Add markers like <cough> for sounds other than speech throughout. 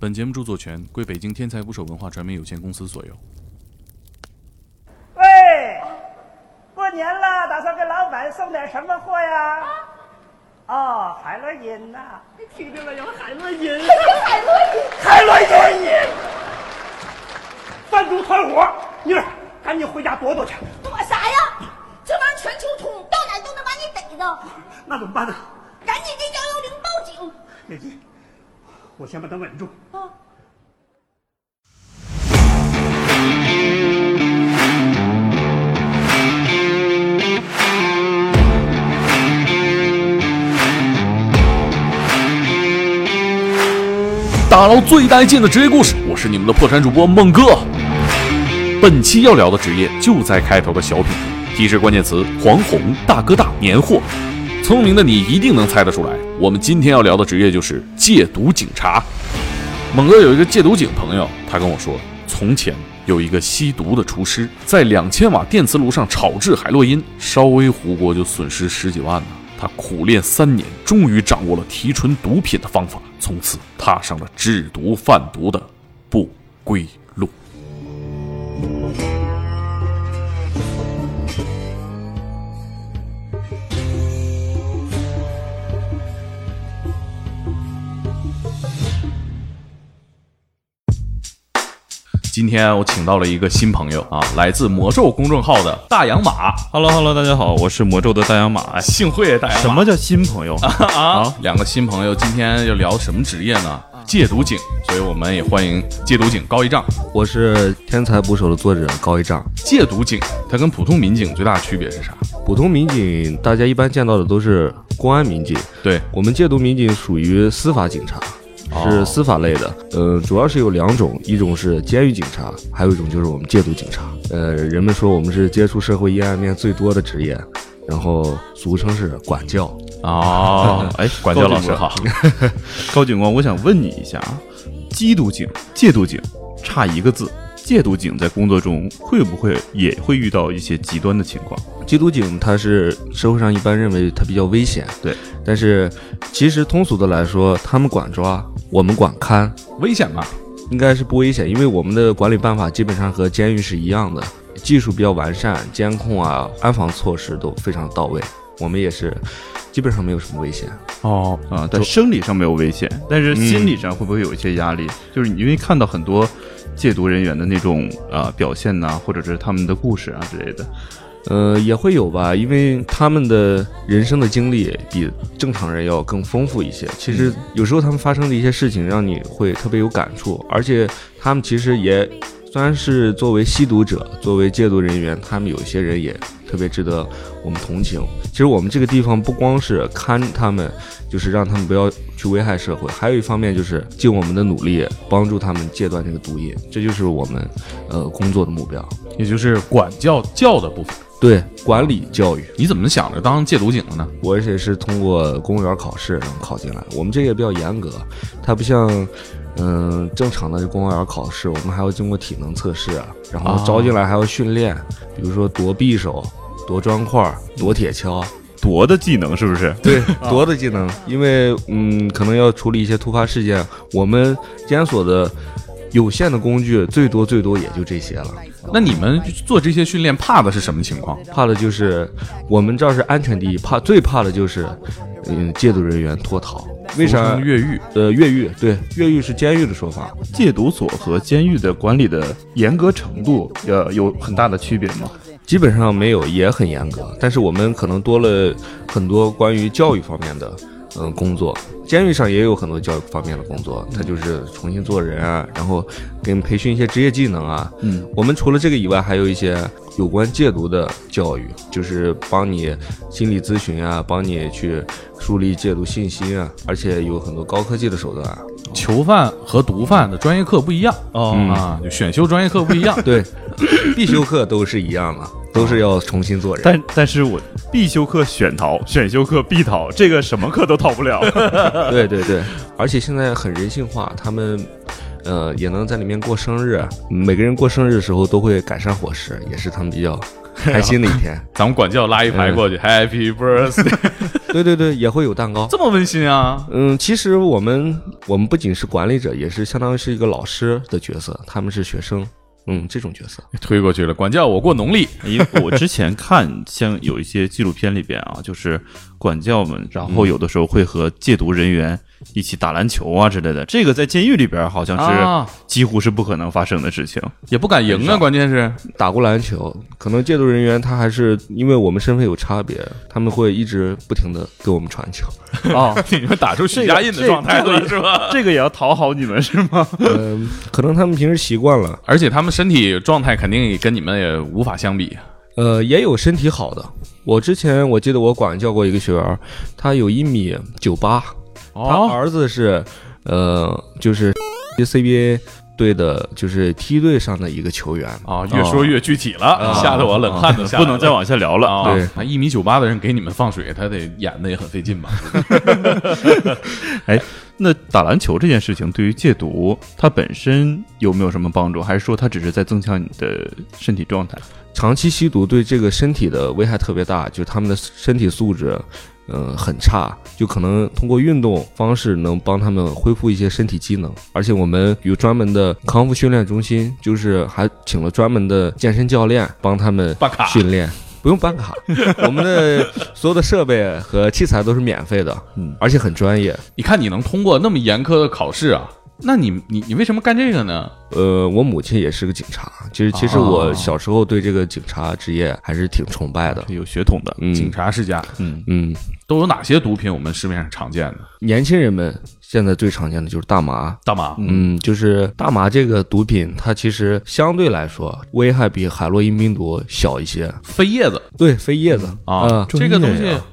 本节目著作权归北京天才捕手文化传媒有限公司所有。喂，过年了，打算给老板送点什么货呀？哦，海洛因呐、听见没有？海洛因， <laughs> 海洛因！贩毒团伙，妮儿，赶紧回家躲躲去。躲啥呀？这玩意儿全球通，到哪儿都能把你逮着。那怎么办呢？赶紧给幺幺零报警！姐姐，我先把他稳住。啊，打捞最带劲的职业故事，我是你们的破产主播猛哥。本期要聊的职业就在开头的小品，提示关键词黄宏、大哥大、年货。聪明的你一定能猜得出来，我们今天要聊的职业就是戒毒警察。猛哥有一个戒毒警朋友，他跟我说，从前有一个吸毒的厨师，在两千瓦电磁炉上炒制海洛因，稍微糊锅就损失十几万呢。他苦练三年，终于掌握了提纯毒品的方法，从此踏上了制毒贩毒的不归路。今天我请到了一个新朋友啊，来自魔咒公众号的大洋马， Hello Hello，大家好，我是魔咒的大洋马。哎，幸会大洋马。什么叫新朋友？啊，两个新朋友今天要聊什么职业呢？戒毒警，所以我们也欢迎戒毒警高一丈。我是《天才捕手》的作者高一丈。戒毒警它跟普通民警最大的区别是啥？普通民警大家一般见到的都是公安民警，对，我们戒毒民警属于司法警察，是司法类的。呃，主要是有两种，一种是监狱警察，还有一种就是我们戒毒警察。呃，人们说我们是接触社会阴暗面最多的职业，然后俗称是管教。哦，哎，管教老师好， <laughs> 高警官，我想问你一下啊，缉毒警、戒毒警差一个字，戒毒警在工作中会不会也会遇到一些极端的情况？缉毒警它是社会上一般认为它比较危险，对，但是其实通俗的来说，他们管抓，我们管看。危险吧？应该是不危险，因为我们的管理办法基本上和监狱是一样的，技术比较完善，监控啊、安防措施都非常到位。我们也是基本上没有什么危险。哦，啊，在生理上没有危险，但是心理上会不会有一些压力？就是你因为看到很多戒毒人员的那种啊、呃表现呐、或者是他们的故事啊之类的。呃，也会有吧，因为他们的人生的经历比正常人要更丰富一些。其实有时候他们发生的一些事情，让你会特别有感触，而且他们其实也虽然是作为吸毒者、作为戒毒人员，他们有一些人也特别值得我们同情。其实我们这个地方不光是看他们，就是让他们不要去危害社会，还有一方面就是尽我们的努力帮助他们戒断这个毒瘾，这就是我们呃工作的目标。也就是管教教的部分。对，管理教育。你怎么想着当戒毒警的呢？我也是通过公务员考试然后考进来。我们这个也比较严格，它不像，嗯、正常的公务员考试，我们还要经过体能测试啊，然后招进来还要训练，比如说夺匕首、夺砖块、夺铁锹，嗯夺的技能是不是？对，啊夺的技能，因为嗯，可能要处理一些突发事件，我们监所的有限的工具，最多最多也就这些了。那你们做这些训练怕的是什么情况？怕的就是我们这儿是安全第一，怕最怕的就是，嗯，戒毒人员脱逃。为俗啥称？越狱？呃，越狱，对，越狱是监狱的说法。戒毒所和监狱的管理的严格程度，呃，有很大的区别吗？基本上没有，也很严格，但是我们可能多了很多关于教育方面的，嗯、工作。监狱上也有很多教育方面的工作，它就是重新做人啊，然后给你培训一些职业技能啊。嗯，我们除了这个以外，还有一些有关戒毒的教育，就是帮你心理咨询啊，帮你去树立戒毒信心啊，而且有很多高科技的手段啊。。囚犯和毒贩的专业课不一样哦啊，就选修专业课不一 <laughs> 样对， <coughs> 必修课都是一样的，都是要重新做人。但但是我必修课选逃，选修课必逃，这个什么课都逃不了。对对对，而且现在很人性化，他们呃也能在里面过生日，啊每个人过生日的时候都会改善伙食，也是他们比较开心的一天。哎咱们管教拉一排过去，Happy Birthday。对对对，也会有蛋糕。这么温馨啊！嗯，其实我们我们不仅是管理者，也是相当于是一个老师的角色，他们是学生，嗯，这种角色。 <laughs> 推过去了，管教我过农历，因为我之前看像有一些纪录片里边啊，就是管教们，然后有的时候会和戒毒人员一起打篮球啊之类的，这个在监狱里边好像啊是几乎是不可能发生的事情。也不敢赢啊，关键是打过篮球，可能戒毒人员他还是因为我们身份有差别，他们会一直不停的给我们传球。啊，你们打出许家印的状态了是吧？呃这个也要讨好你们是吗？嗯，可能他们平时习惯了， <laughs> 而且他们身体状态肯定也跟你们也无法相比，呃，也有身体好的。我之前我记得我管教过一个学员儿，他有一米九八，哦他啊儿子是呃，就是 CBA 队的，就是梯队上的一个球员。啊，越说越具体了，啊吓得我冷汗都下来啊不了能再往下聊了。啊对！那一米九八的人给你们放水，他得演的也很费劲吧？那打篮球这件事情对于戒毒它本身有没有什么帮助，还是说它只是在增强你的身体状态？长期吸毒对这个身体的危害特别大，就是他们的身体素质，呃，很差，就可能通过运动方式能帮他们恢复一些身体机能。而且我们有专门的康复训练中心，就是还请了专门的健身教练帮他们办卡训练。不用办卡， <laughs> 我们的所有的设备和器材都是免费的，嗯而且很专业。你看你能通过那么严苛的考试啊，那你你你为什么干这个呢？呃，我母亲也是个警察，其实其实哦我小时候对这个警察职业还是挺崇拜的。有血统的，嗯警察世家嗯，嗯，都有哪些毒品？我们市面上常见的年轻人们现在最常见的就是大麻。大麻，嗯，就是大麻这个毒品，它其实相对来说危害比海洛因病毒小一些。嗯飞叶子对，飞叶子啊，这个东专业西啊。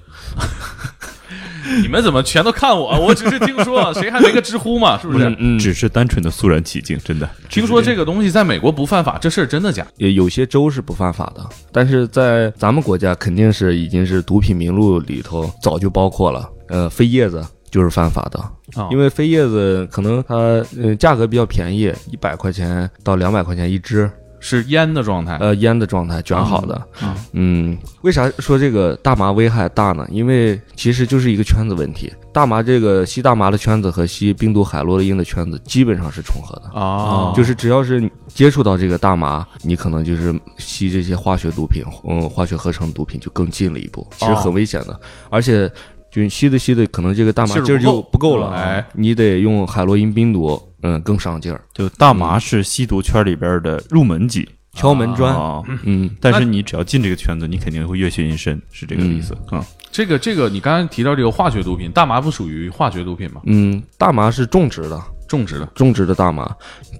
<laughs> 你们怎么全都看我？我只是听 <laughs> 说，啊谁还没个知乎嘛？是不是？嗯，只是单纯的肃然起敬，真的。听说这个东西在美国不犯法，这事儿真的假？也有些州是不犯法的，但是在咱们国家肯定是已经是毒品名录里头早就包括了。呃，飞叶子就是犯法的，哦因为飞叶子可能它呃价格比较便宜，一百块钱到两百块钱一支，是烟的状态，呃烟的状态卷好的。嗯嗯，为啥说这个大麻危害大呢？因为其实就是一个圈子问题。大麻这个吸大麻的圈子和吸冰毒海洛因的圈子基本上是重合的。啊就是只要是你接触到这个大麻，你可能就是吸这些化学毒品，嗯，化学合成毒品就更近了一步，哦其实很危险的。而且，就吸着吸着，可能这个大麻劲儿劲儿就不不够够了，哎哦你得用海洛因、冰毒，嗯，更上劲儿，就大麻是吸毒圈里边的入门级，敲门砖，哦啊，嗯，但是你只要进这个圈子，你肯定会越陷越深，是这个意思啊。这个这个，你刚才提到这个化学毒品，大麻不属于化学毒品吗？嗯，大麻是种植的，种植的种植的大麻，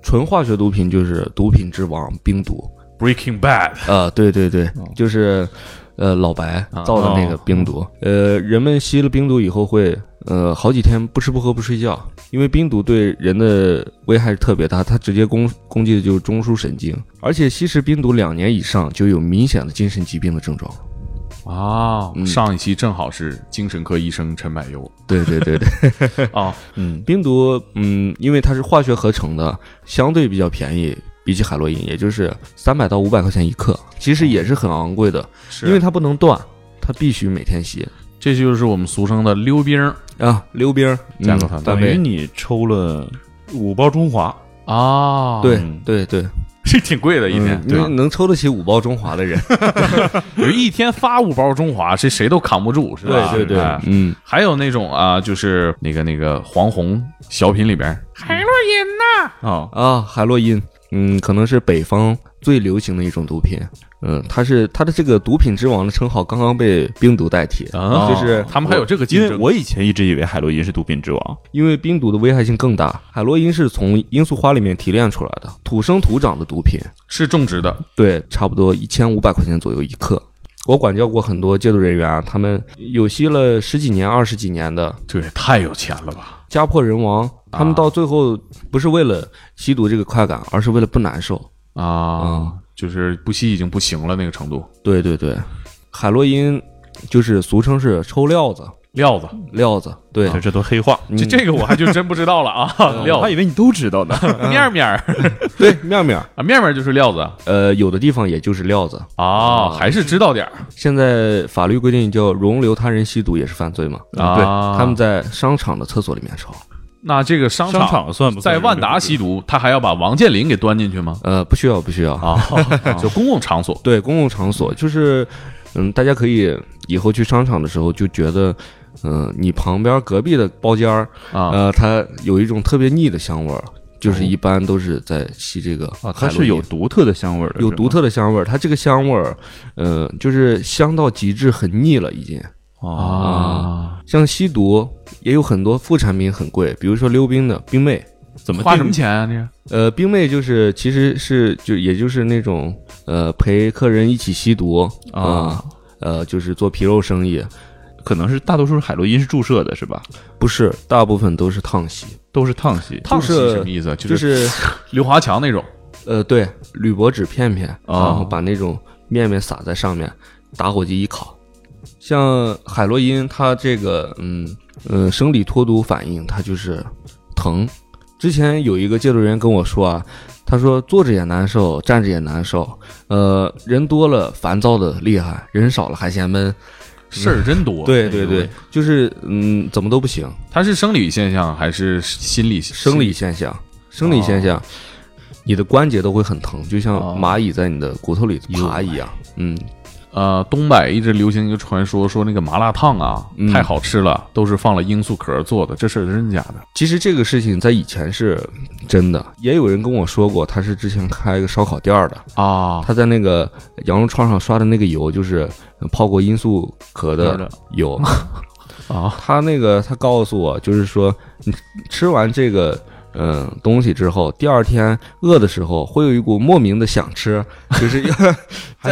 纯化学毒品就是毒品之王冰毒。 Breaking Bad 呃，对对对，就是呃老白造的那个冰毒。呃，人们吸了冰毒以后会呃好几天不吃不喝不睡觉，因为冰毒对人的危害是特别大，它直接攻攻击的就是中枢神经，而且吸食冰毒两年以上就有明显的精神疾病的症状。啊，嗯上一期正好是精神科医生陈柏 <laughs> 优对对对对，啊，嗯，冰毒，嗯，因为它是化学合成的，相对比较便宜，比起海洛因，也就是三百到五百块钱一克，其实也是很昂贵的，是因为它不能断，它必须每天吸这就是我们俗称的溜冰儿啊。溜冰儿，加个嗯团大等于杯，你抽了五包中华，啊，对嗯对对，这挺贵的一天，嗯对吧能能抽得起五包中华的人，有一天发五包中华，这谁都扛不住，是吧？对对对哎嗯，还有那种啊，就是那个那个黄宏小品里边哦啊， <laughs> 啊，海洛因，嗯，可能是北方最流行的一种毒品。嗯，它是它的这个毒品之王的称号刚刚被冰毒代替，啊就是他们还有这个因竞为争，我以前一直以为海洛因是毒品之王，因为冰毒的危害性更大。海洛因是从罂粟花里面提炼出来的，土生土长的毒品，是种植的，对，差不多一千五百块钱左右一克。我管教过很多戒毒人员啊，他们有吸了十几年、二十几年的，对，太有钱了吧？家破人亡。他啊们到最后不是为了吸毒这个快感，而是为了不难受。啊嗯，就是不吸已经不行了那个程度，对对对，海洛因就是俗称是抽料子，料子，嗯料子，对，嗯这这都黑话，哦这这个我还就真不知道了 <laughs> 啊。我料还子以为你都知道呢。 <laughs> 面面儿对面面儿，啊，面面儿就是料子啊呃，有的地方也就是料子。啊，还是知道点儿现在法律规定叫容留他人吸毒也是犯罪嘛？啊对啊。他们在商场的厕所里面抽，那这个商商场算不算在万达吸毒，他还要把王健林给端进去 <laughs> 吗？呃，不需要，不需要。啊，就公共场所对，公共场所就是，嗯，大家可以以后去商场的时候就觉得，嗯、你旁边隔壁的包间儿，啊，呃，它有一种特别腻的香味儿，就是一般都是在吸这个哦啊，海它洛是因有独特的香味儿的，有是吗独特的香味儿，它这个香味儿，呃，就是香到极致，很腻了已经。嗯哦啊，像吸毒也有很多副产品很贵，比如说溜冰的冰妹，怎么花定什么钱啊？这个呃，冰妹就是其实是就也就是那种呃陪客人一起吸毒啊啊、呃就是做皮肉生意，可能是大多数海洛因是注射的，是吧？不是大部分都是烫吸，都是烫吸烫吸就是什么意啊思？就是是刘华强那种呃对铝箔纸片片，然后把那种面面撒在上面，打火机一烤。像海洛因，它这个嗯呃生理脱毒反应，它就是疼。之前有一个戒毒员跟我说啊，他说坐着也难受，站着也难受，呃，人多了烦躁的厉害，人少了还嫌闷。哎事儿真多。对对对，，就是嗯，怎么都不行，他是生理现象还是心理生理现象，生理现象，你的关节都会很疼，就像哦蚂蚁在你的骨头里呦爬一样。嗯，呃，东北一直流行一个传说，说那个麻辣烫啊、嗯太好吃了，都是放了罂粟壳做的，这事儿真假的？其实这个事情在以前是真的，也有人跟我说过，他是之前开个烧烤店儿的，啊，他在那个呃羊肉串上刷的那个油就是泡过罂粟壳的油。啊，他那个他告诉我，就是说你吃完这个嗯、呃东西之后，第二天饿的时候会有一股莫名的想吃，就是要 还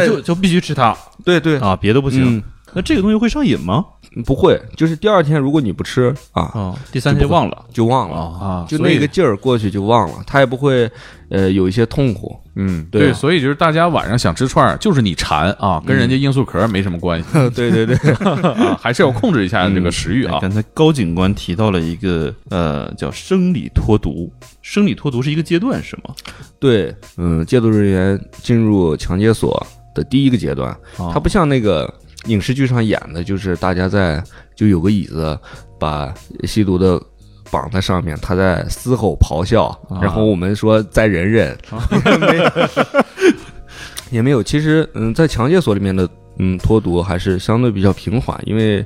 <laughs> 在就就必须吃它对对啊，别的不不行。那这个东西会上瘾吗？嗯不会，就是第二天如果你不吃啊，啊，第三天忘了就忘了。啊啊就所以那个劲儿过去就忘了，他也不会，呃，有一些痛苦。 <laughs> 嗯，对对，所以就是大家晚上想吃串儿，就是你馋啊，跟人家罂粟壳没什么关系，对对对，啊，还是要控制一下这个食欲啊哎。刚才高警官提到了一个呃叫生理脱毒，生理脱毒是一个阶段是吗？对，嗯，戒毒人员进入强戒所的第一个阶段，啊它不像那个影视剧上演的，就是大家在就有个椅子把吸毒的绑在上面，他在嘶吼咆哮，然后我们说再忍忍，啊哦没有 <laughs> 也没有。其实，嗯，在强戒所里面的嗯脱毒还是相对比较平缓，因为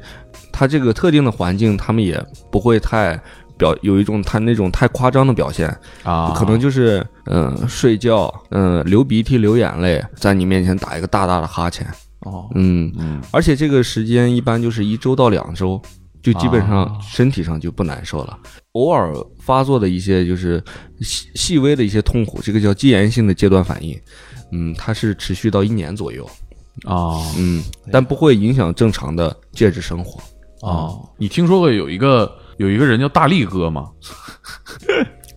他这个特定的环境，他们也不会太。表有一种他那种太夸张的表现，啊，可能就是嗯、呃睡觉，嗯、流鼻涕流眼泪，在你面前打一个大大的哈欠，哦，嗯，嗯而且这个时间一般就是一周到两周，就基本啊上身体上就不难受了。偶尔发作的一些就是细细微的一些痛苦，这个叫肌炎性的阶段反应，嗯，它是持续到一年左右，啊嗯，但不会影响正常的戒指生活。啊，哦你听说过有一个有一个人叫大力哥吗？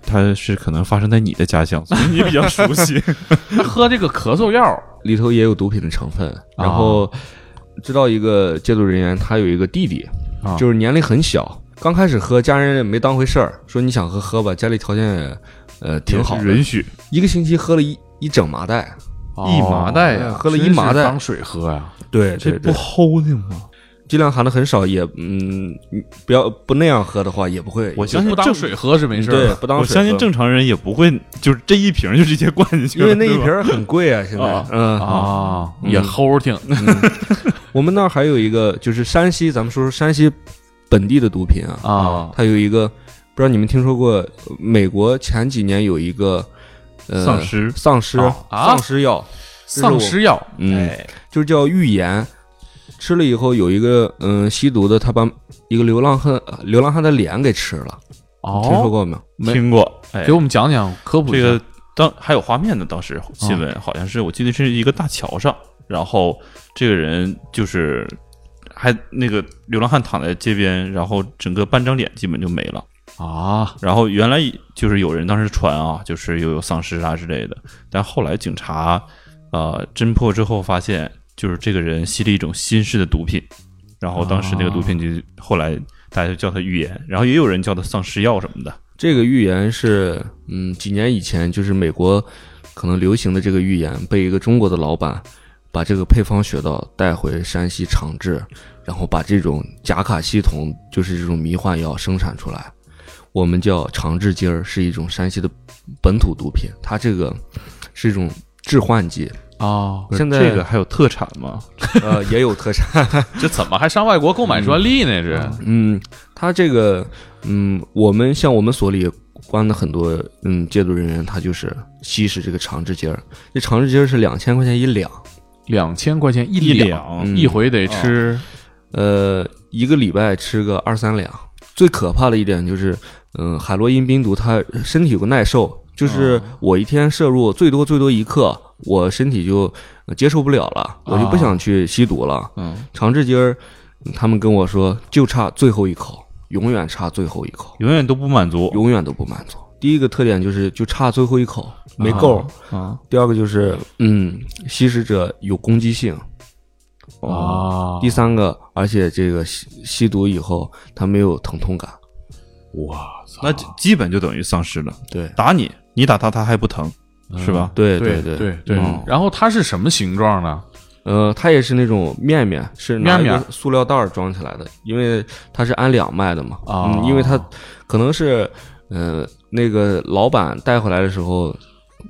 它是可能发生在你的家乡，所以你比较熟悉。他喝这个咳嗽药里头也有毒品的成分。然后知道一个戒毒人员，他有一个弟弟，啊就是年龄很小，刚开始喝，家人也没当回事儿，说你想喝喝吧，家里条件也呃 <laughs> 挺好的，允许一个星期喝了一一整麻袋，哦一麻袋哎呀，喝了真一是麻袋当，水喝呀。对这不齁的吗？剂量含的很少，也嗯，不要不那样喝的话，也不会，哎我就相信不当正水喝是没事儿对的。不当我水相信喝正常人也不会，就是这一瓶就直接灌进去因了，为那一对吧瓶儿很贵啊，现在啊嗯。啊，也齁 <laughs> 挺我们那儿还有一个，就是山西，咱们说说山西本地的毒品啊，啊它有一个，不知道你们听说过，呃美国前几年有一个，呃，丧尸丧尸、啊丧尸药，是我丧尸药哎嗯，就是叫预言，吃了以后有一个嗯、呃吸毒的，他把一个流浪汉呃流浪汉的脸给吃了，哦，听说过没有？没听过，哎给，我们讲讲科普一这下个当还有画面呢，当时新闻好像是我记得是一个大桥上，然后这个人就是还那个流浪汉躺在街边，然后整个半张脸基本就没了。啊然后原来就是有人当时传啊，就是又有丧尸啊之类的，但后来警察呃侦破之后发现，就是这个人吸了一种新式的毒品，然后当时那个毒品局后来大家就叫它预言，然后也有人叫它丧尸药什么的。这个预言是，嗯，几年以前就是美国可能流行的这个预言，被一个中国的老板把这个配方学到带回山西长治，然后把这种甲卡西酮，就是这种迷幻药生产出来。我们叫长治鸡儿，是一种山西的本土毒品，它这个是一种致幻剂，哦，现在这个还有特产吗？呃，也有特产。这怎么还上外国购买专利呢？这嗯，他这个，嗯，我们像我们所里关的很多，嗯，戒毒人员他就是吸食这个长治尖儿，这长治尖儿是两千块钱一两，两千块钱一一两，两一回得啊吃呃，一个礼拜吃个二三两。最可怕的一点就是，嗯、海洛因冰毒它身体有个耐受，就是我一天摄入最多最多一克，我身体就呃接受不了了，我就不想去吸毒了。嗯，长治尖儿，嗯他们跟我说就差最后一口，永远差最后一口。永远都不满足。永远都不满足。第一个特点就是就差最后一口没够、啊，第二个就是嗯，吸食者有攻击性。啊第三个，而且这个吸吸毒以后他没有疼痛感。哇操，那基本就等于丧尸了。对打你，你打他，他还不疼，是吧？对对对对对嗯。然后它是什么形状呢？呃，它也是那种面面，是拿面一面个塑料袋儿装起来的，因为它是按两卖的嘛。哦嗯，因为它可能是呃那个老板带回来的时候，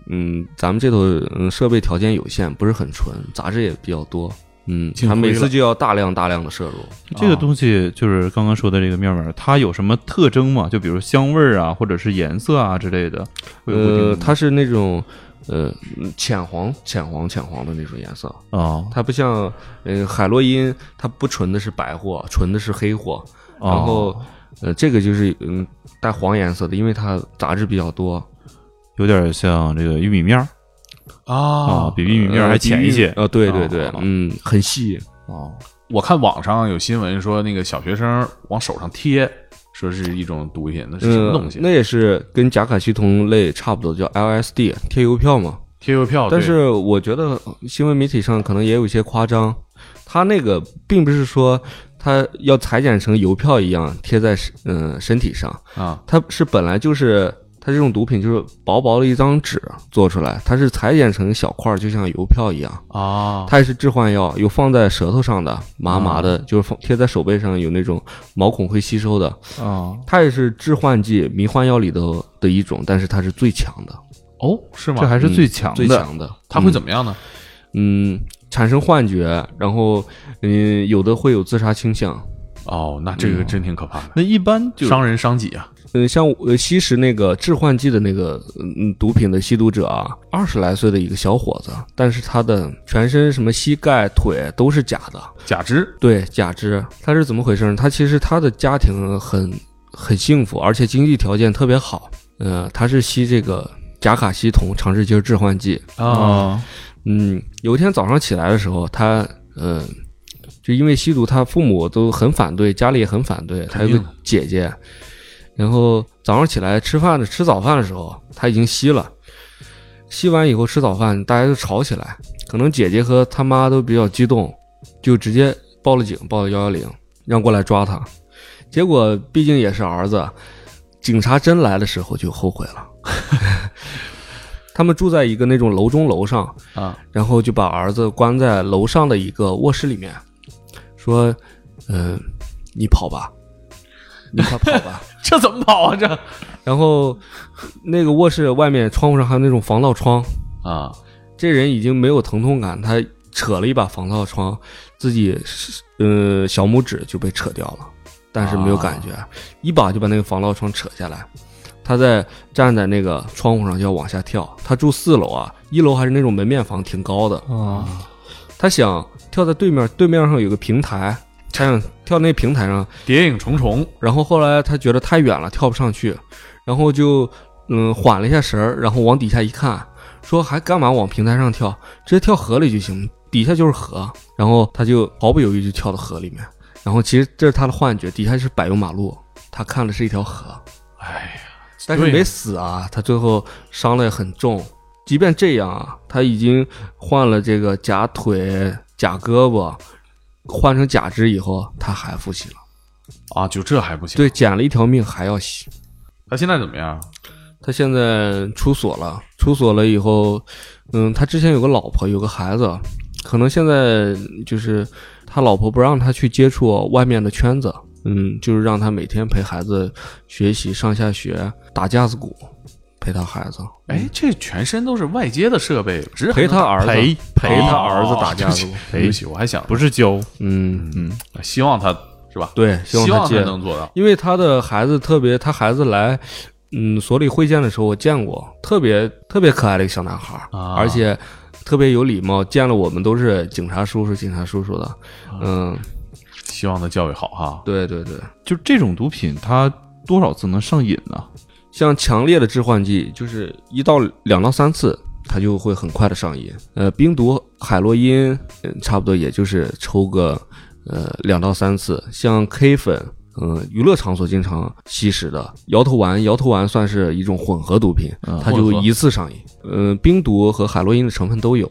嗯，咱们这头嗯设备条件有限，不是很纯，杂质也比较多。嗯，进它每灰了次就要大量大量的摄入。这个东西就是刚刚说的这个面面，它有什么特征吗？就比如香味儿啊，或者是颜色啊之类的，会有固定呃，的吗它是那种呃浅黄、浅黄、浅黄的那种颜色，啊它不像呃海洛因，它不纯的是白货，纯的是黑货。然后、哦呃这个就是嗯带黄颜色的，因为它杂质比较多，有点像这个玉米面儿啊，啊，比玉米面儿还浅一些呃，哦对对对，啊嗯，很细。啊。我看网上有新闻说那个小学生往手上贴，说是一种毒品，那是什么东西？啊嗯？那也是跟甲卡西酮类差不多，叫 LSD 贴邮票嘛。贴邮票，但哦对是我觉得新闻媒体上可能也有一些夸张，他那个并不是说他要裁剪成邮票一样贴在身嗯、身体上，啊，它是本来就是它这种毒品就是薄薄的一张纸做出来，它是裁剪成小块儿，就像邮票一样。啊，它也是致幻药，有放在舌头上的麻麻的，就是放贴在手背上有那种毛孔会吸收的。啊，它也是致幻剂迷幻药里头的一种，但是它是最强的，哦，是吗？这还是嗯最强最的，强的。它会怎么样呢？嗯，产生幻觉，然后嗯，有的会有自杀倾向。哦，那这个真挺可怕的，那一般就伤人伤己啊！嗯，像我吸食那个致幻剂的那个嗯毒品的吸毒者啊，二十来岁的一个小伙子，但是他的全身什么膝盖、腿都是假的，假肢对，假肢。他是怎么回事呢？他其实他的家庭很很幸福，而且经济条件特别好。呃，他是吸这个甲卡西酮长治精致幻剂，啊嗯，有一天早上起来的时候，他呃，就因为吸毒，他父母都很反对，家里也很反对。他肯有定个姐姐，然后早上起来吃饭的吃早饭的时候，他已经吸了，吸完以后吃早饭，大家就吵起来，可能姐姐和他妈都比较激动，就直接报了警，报了幺幺零，让过来抓他。结果毕竟也是儿子，警察真来的时候就后悔了。 <laughs> 他们住在一个那种楼中楼上，啊，然后就把儿子关在楼上的一个卧室里面，说：“嗯、你跑吧，你快跑吧。这怎么跑啊？这”然后那个卧室外面窗户上还有那种防盗窗，啊，这人已经没有疼痛感，他扯了一把防盗窗，自己是呃小拇指就被扯掉了，但是没有感觉，一把就把那个防盗窗扯下来。他在站在那个窗户上就要往下跳，他住四楼啊，一楼还是那种门面房，挺高的。啊他想跳在对面，对面上有个平台，他想跳那平台上，谍影重重然后后来他觉得太远了，跳不上去，然后就嗯缓了一下神儿，然后往底下一看，说还干嘛往平台上跳，直接跳河里就行，底下就是河，然后他就毫不犹豫就跳到河里面，然后其实这是他的幻觉，底下是柏油马路，他看的是一条河，哎呀，但是对没死啊，他最后伤的也很重。即便这样啊，他已经换了这个假腿、假胳膊，换成假肢以后，他还复习了，啊，就这还不行？对，捡了一条命还要洗。他现在怎么样？他现在出所了，出所了以后，嗯，他之前有个老婆，有个孩子，可能现在就是他老婆不让他去接触外面的圈子，嗯，就是让他每天陪孩子学习、上下学、打架子鼓，陪他孩子，哎，这全身都是外接的设备，只嗯陪他儿子，陪陪他他儿子打架哦子鼓对不起，我还想不是教，嗯，希望他是吧？对，希望希他望戒他能做到。因为他的孩子特别，他孩子来，嗯，所里会见的时候，我见过，特别特别可爱的一个小男孩，啊而且特别有礼貌，见了我们都是警察叔叔、警察叔叔的，嗯，希望他教育好哈。对对对，就这种毒品，它多少次能上瘾呢？像强烈的致幻剂，就是一到两到三次，它就会很快的上瘾。呃，冰毒、海洛因，嗯，差不多也就是抽个呃两到三次。像 K 粉，嗯、娱乐场所经常吸食的摇头丸，摇头丸算是一种啊混合毒品，嗯它就一次上瘾。嗯、冰毒和海洛因的成分都有。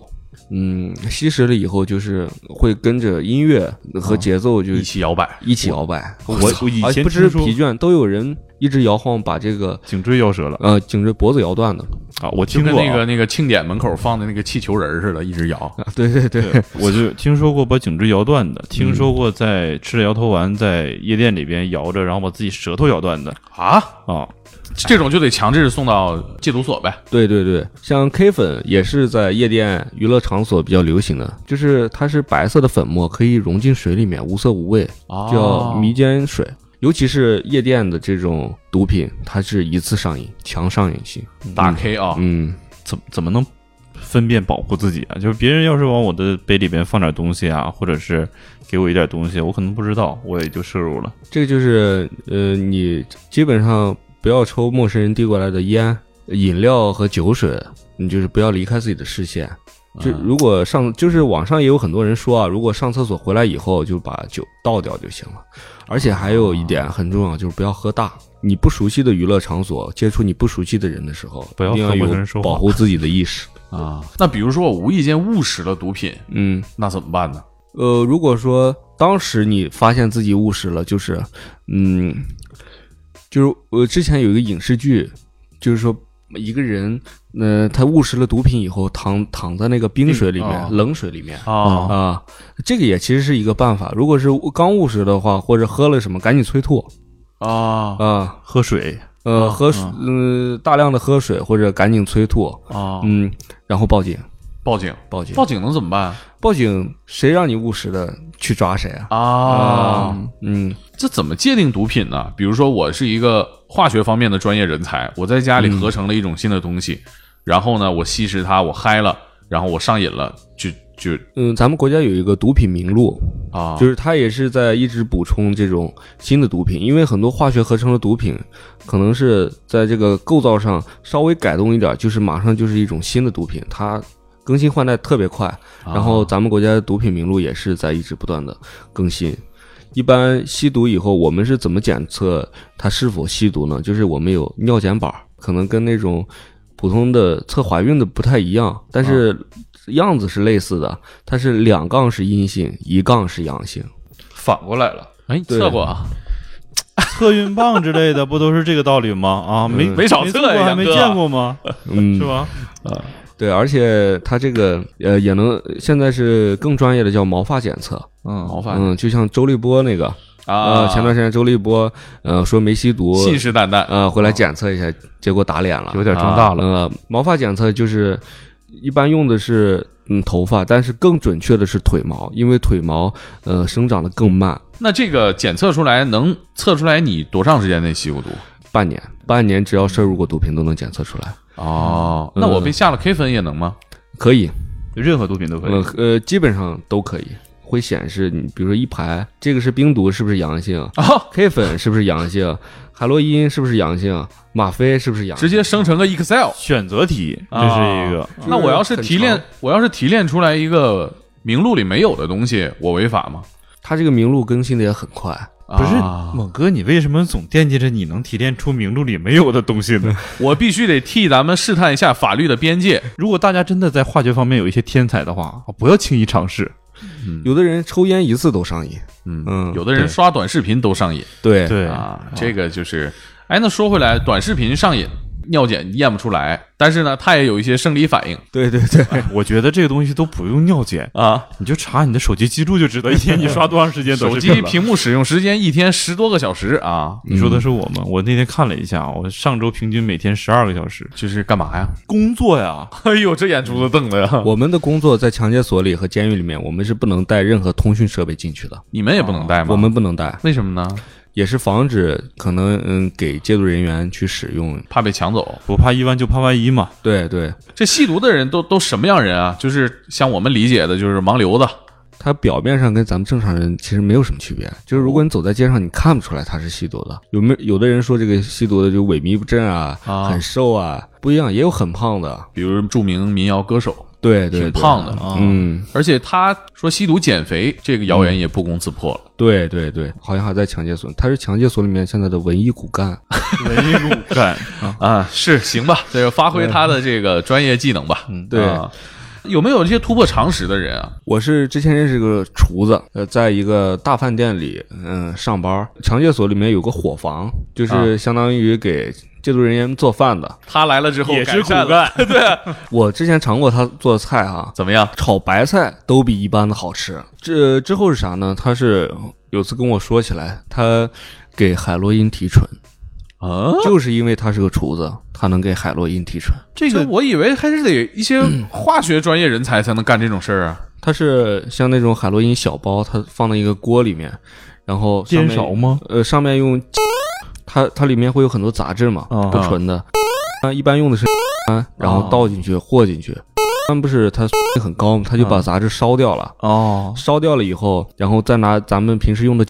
嗯，吸食了以后就是会跟着音乐和节奏就一起摇摆，啊一起摇摆，我而我以前不知听说疲倦，都有人一直摇晃把这个颈椎夭折了呃，颈椎脖子摇断的。啊！我就听跟过啊那个那个庆典门口放的那个气球人儿似的，一直摇。啊对对对，我就听说过把颈椎摇断嗯的，听说过在吃着摇头丸在夜店里边摇着，然后把自己舌头摇断的啊，啊，这种就得强制送到戒毒所呗。对对对，像 K 粉也是在夜店、娱乐场所比较流行的，就是它是白色的粉末，可以溶进水里面，无色无味，啊叫迷奸水。尤其是夜店的这种毒品，它是一次上瘾，强上瘾性。大 K 啊，嗯，怎么怎么能分辨保护自己啊？就是别人要是往我的杯里边放点东西啊，或者是给我一点东西，我可能不知道，我也就摄入了。这个就是呃，你基本上不要抽陌生人递过来的烟、饮料和酒水，你就是不要离开自己的视线。就啊如果上，就是网上也有很多人说啊，如果上厕所回来以后就把酒倒掉就行了。而且还有一啊点很重要，就是不要喝大。你不熟悉的娱乐场所，接触你不熟悉的人的时候，不要一定和陌有生人说话保护自己的意 <laughs> 识。啊，那比如说我无意间误食了毒品，嗯，那怎么办呢？呃，如果说当时你发现自己误食了，就是，嗯，就是我之前有一个影视剧，就是说一个人，呃，他误食了毒品以后，躺躺在那个冰水里面、哦冷水里面。啊，啊，这个也其实是一个办法。如果是刚误食的话，或者喝了什么，赶紧催吐啊啊，喝水呃，啊喝水，呃，大量的喝水或者赶紧催吐，啊！嗯，然后报警，报警，报警，报警能怎么办报警，谁让你误食的，去抓谁啊？啊？嗯，这怎么界定毒品呢？比如说，我是一个化学方面的专业人才，我在家里嗯合成了一种新的东西，然后呢，我吸食它，我嗨了，然后我上瘾了，就就嗯，咱们国家有一个毒品名录，啊，就是它也是在一直补充这种新的毒品，因为很多化学合成的毒品，可能是在这个构造上稍微改动一点，就是马上就是一种新的毒品，它更新换代特别快。啊然后咱们国家的毒品名录也是在一直不断的更新。一般吸毒以后，我们是怎么检测它是否吸毒呢？就是我们有尿检板儿，可能跟那种普通的测怀孕的不太一样，但是样子是类似的。它是两杠是阴性，一杠是阳性。反过来了，哎，你对测过啊？测孕棒之类的，不都是这个道理吗？啊，没嗯没少测测呀过，还杨没哥见过吗？嗯是，吧？对，而且它这个呃也能现在是更专业的叫毛发检测，毛嗯，发嗯，就像周立波那个啊，前段时间周立波呃说没吸毒，信誓旦旦，呃回来检测一下，结果打脸了，有点啊装大了。呃，毛发检测就是一般用的是嗯头发，但是更准确的是腿毛，因为腿毛呃生长的更慢，那这个检测出来能测出来你多长时间内吸过毒？半年半年只要摄入过毒品都能检测出来，哦，那我被下了 K 粉也能吗？可以，任何毒品都可以呃。呃基本上都可以。会显示你，比如说一排，这个是冰毒是不是阳性、啊， k 粉是不是阳性？海洛因是不是阳性？吗啡是不是阳性？直接生成个 Excel。选择题，这是啊一个那我要是很提炼长，我要是提炼出来一个名录里没有的东西，我违法吗？啊它这个名录更新的也很快，不不是猛哥，你为什么总惦记着你能提炼出名录里没有的东西呢？ <laughs> 我必须得替咱们试探一下法律的边界。哦如果大家真的在化学方面有一些天才的话，不要轻易尝试，有的人抽烟一次都上瘾，嗯嗯，有的人对刷短视频都上瘾对对啊，这个就是，哎，那说回来，短视频上瘾，尿检验不出来，但是呢，它也有一些生理反应对对对， <laughs> 我觉得这个东西都不用尿检，啊。你就查你的手机记录就知道一天你刷多长时间 <laughs> 短手视机频了。屏幕使用时间一天十多个小时啊，你说的是我吗？我那天看了一下，我上周平均每天十二个小时就是干嘛呀？工作 <laughs> 呀。 <laughs> 哎呦，这眼珠子瞪的呀！我们的工作在强奸所里和监狱里面，我们是不能带任何通讯设备进去的，你们也不能带吗？我们不能带，为什么呢？也是防止可能嗯给戒毒人员去使用。怕被抢走。不怕一万就怕万一嘛。对对，这吸毒的人都都什么样人啊？就是像我们理解的，就是盲流子，他表面上跟咱们正常人其实没有什么区别，就是如果你走在街上，你看不出来他是吸毒的。有没有有的人说这个吸毒的就萎靡不振啊，啊很瘦啊，不一样，也有很胖的，比如著名民谣歌手，对对挺对，胖的啊。嗯，而且他说吸毒减肥，这个谣言也不攻自破了。对对对，好像还在强戒所，他是强戒所里面现在的文艺骨干。文艺骨干，嗯啊，是行吧，这个发挥他的这个专业技能吧。嗯对有没有这些突破常识的人啊？我是之前认识个厨子，呃，在一个大饭店里，嗯、上班。强戒所里面有个伙房，就是相当于给戒毒人员做饭的。他来了之后 <laughs> 也改是骨善了，干。我之前尝过他做的菜哈、怎么样？炒白菜都比一般的好吃。这之后是啥呢？他是有次跟我说起来，他给海洛因提纯，啊，就是因为他是个厨子，他能给海洛因提纯。这个嗯我以为还是得一些化学专业人才才能干这种事儿啊。它是像那种海洛因小包，它放在一个锅里面，然后上颠面勺吗？呃，上面用它它里面会有很多杂质嘛，啊不纯的，啊，一般用的是啊，然后倒进去和进去，但不是它很高嘛，啊它就把杂质烧掉了，哦，烧掉了以后，然后再拿咱们平时用的，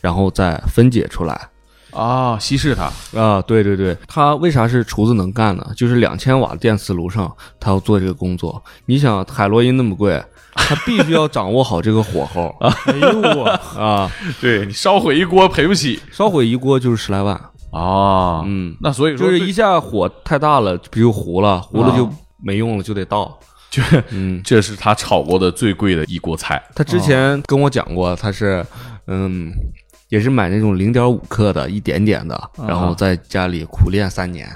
然后再分解出来。啊，稀释它，啊，对对对，他为啥是厨子能干呢？就是两千瓦的电磁炉上，他要做这个工作。你想，海洛因那么贵，他必须要掌握好这个火候 <laughs> 哎呦我，啊！ <laughs> 对你烧毁一锅赔不起烧毁一锅就是十来万，啊。嗯，那所以说就是对一下火太大了，比如糊了，糊啊了就没用了，就得倒。就嗯，这是他炒过的最贵的一锅菜。他之前跟我讲过，他是嗯。也是买那种零点五克的，一点点的，啊然后在家里苦练三 <laughs> 年。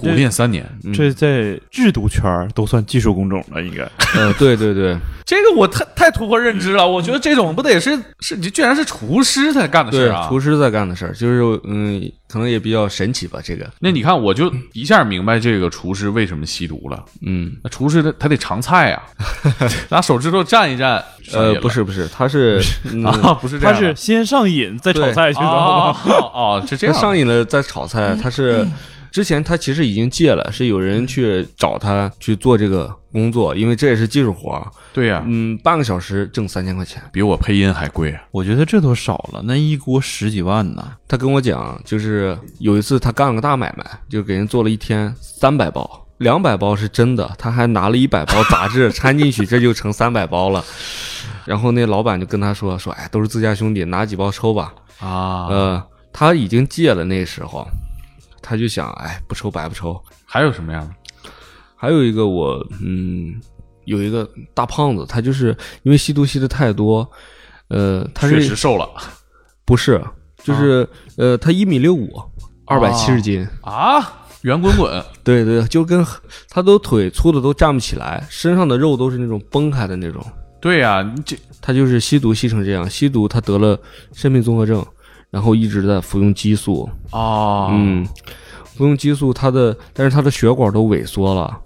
苦练三年，这在制毒圈儿都算技术工种了，应该。呃，对对对，这个我太太突破认知了。我觉得这种不得是是你居然是厨师才干的事对儿啊，厨师在干的事儿，就是嗯，可能也比较神奇吧。这个，那你看，我就一下明白这个厨师为什么吸毒了。嗯，那厨师他他得尝菜 <laughs> 呀、拿手指头蘸一蘸。上瘾呃了，不是不是，他是嗯 <laughs> 啊，不是这他样的，是先上瘾再炒菜，知哦道 <laughs> 哦哦 <laughs> 吗？哦，是这他样的上瘾了再炒菜，他是之前他其实已经戒了，是有人去找他去做这个工作，因为这也是技术活儿。对呀、嗯，半个小时挣三千块钱。比我配音还贵啊！我觉得这都少了，那一锅十几万呢。他跟我讲，就是有一次他干了个大买卖，就给人做了一天三百包。两百包是真的，他还拿了一百包杂志掺进去，这就成三百包了。 <laughs> 然后那老板就跟他说说，哎，都是自家兄弟，拿几包抽吧。啊，呃，他已经戒了，那时候他就想，哎，不抽白不抽。还有什么样的？还有一个我，嗯，有一个大胖子，他就是因为吸毒吸的太多，呃，他确实啊是瘦了不是就是、呃，他一米六五，二百七十斤，啊，圆滚滚，对对，就跟他都腿粗的都站不起来，身上的肉都是那种崩开的那种。对呀、你这他就是吸毒吸成这样，吸毒他得了肾病综合症，然后一直在服用激素，哦，嗯，服用激素他的，但是他的血管都萎缩了，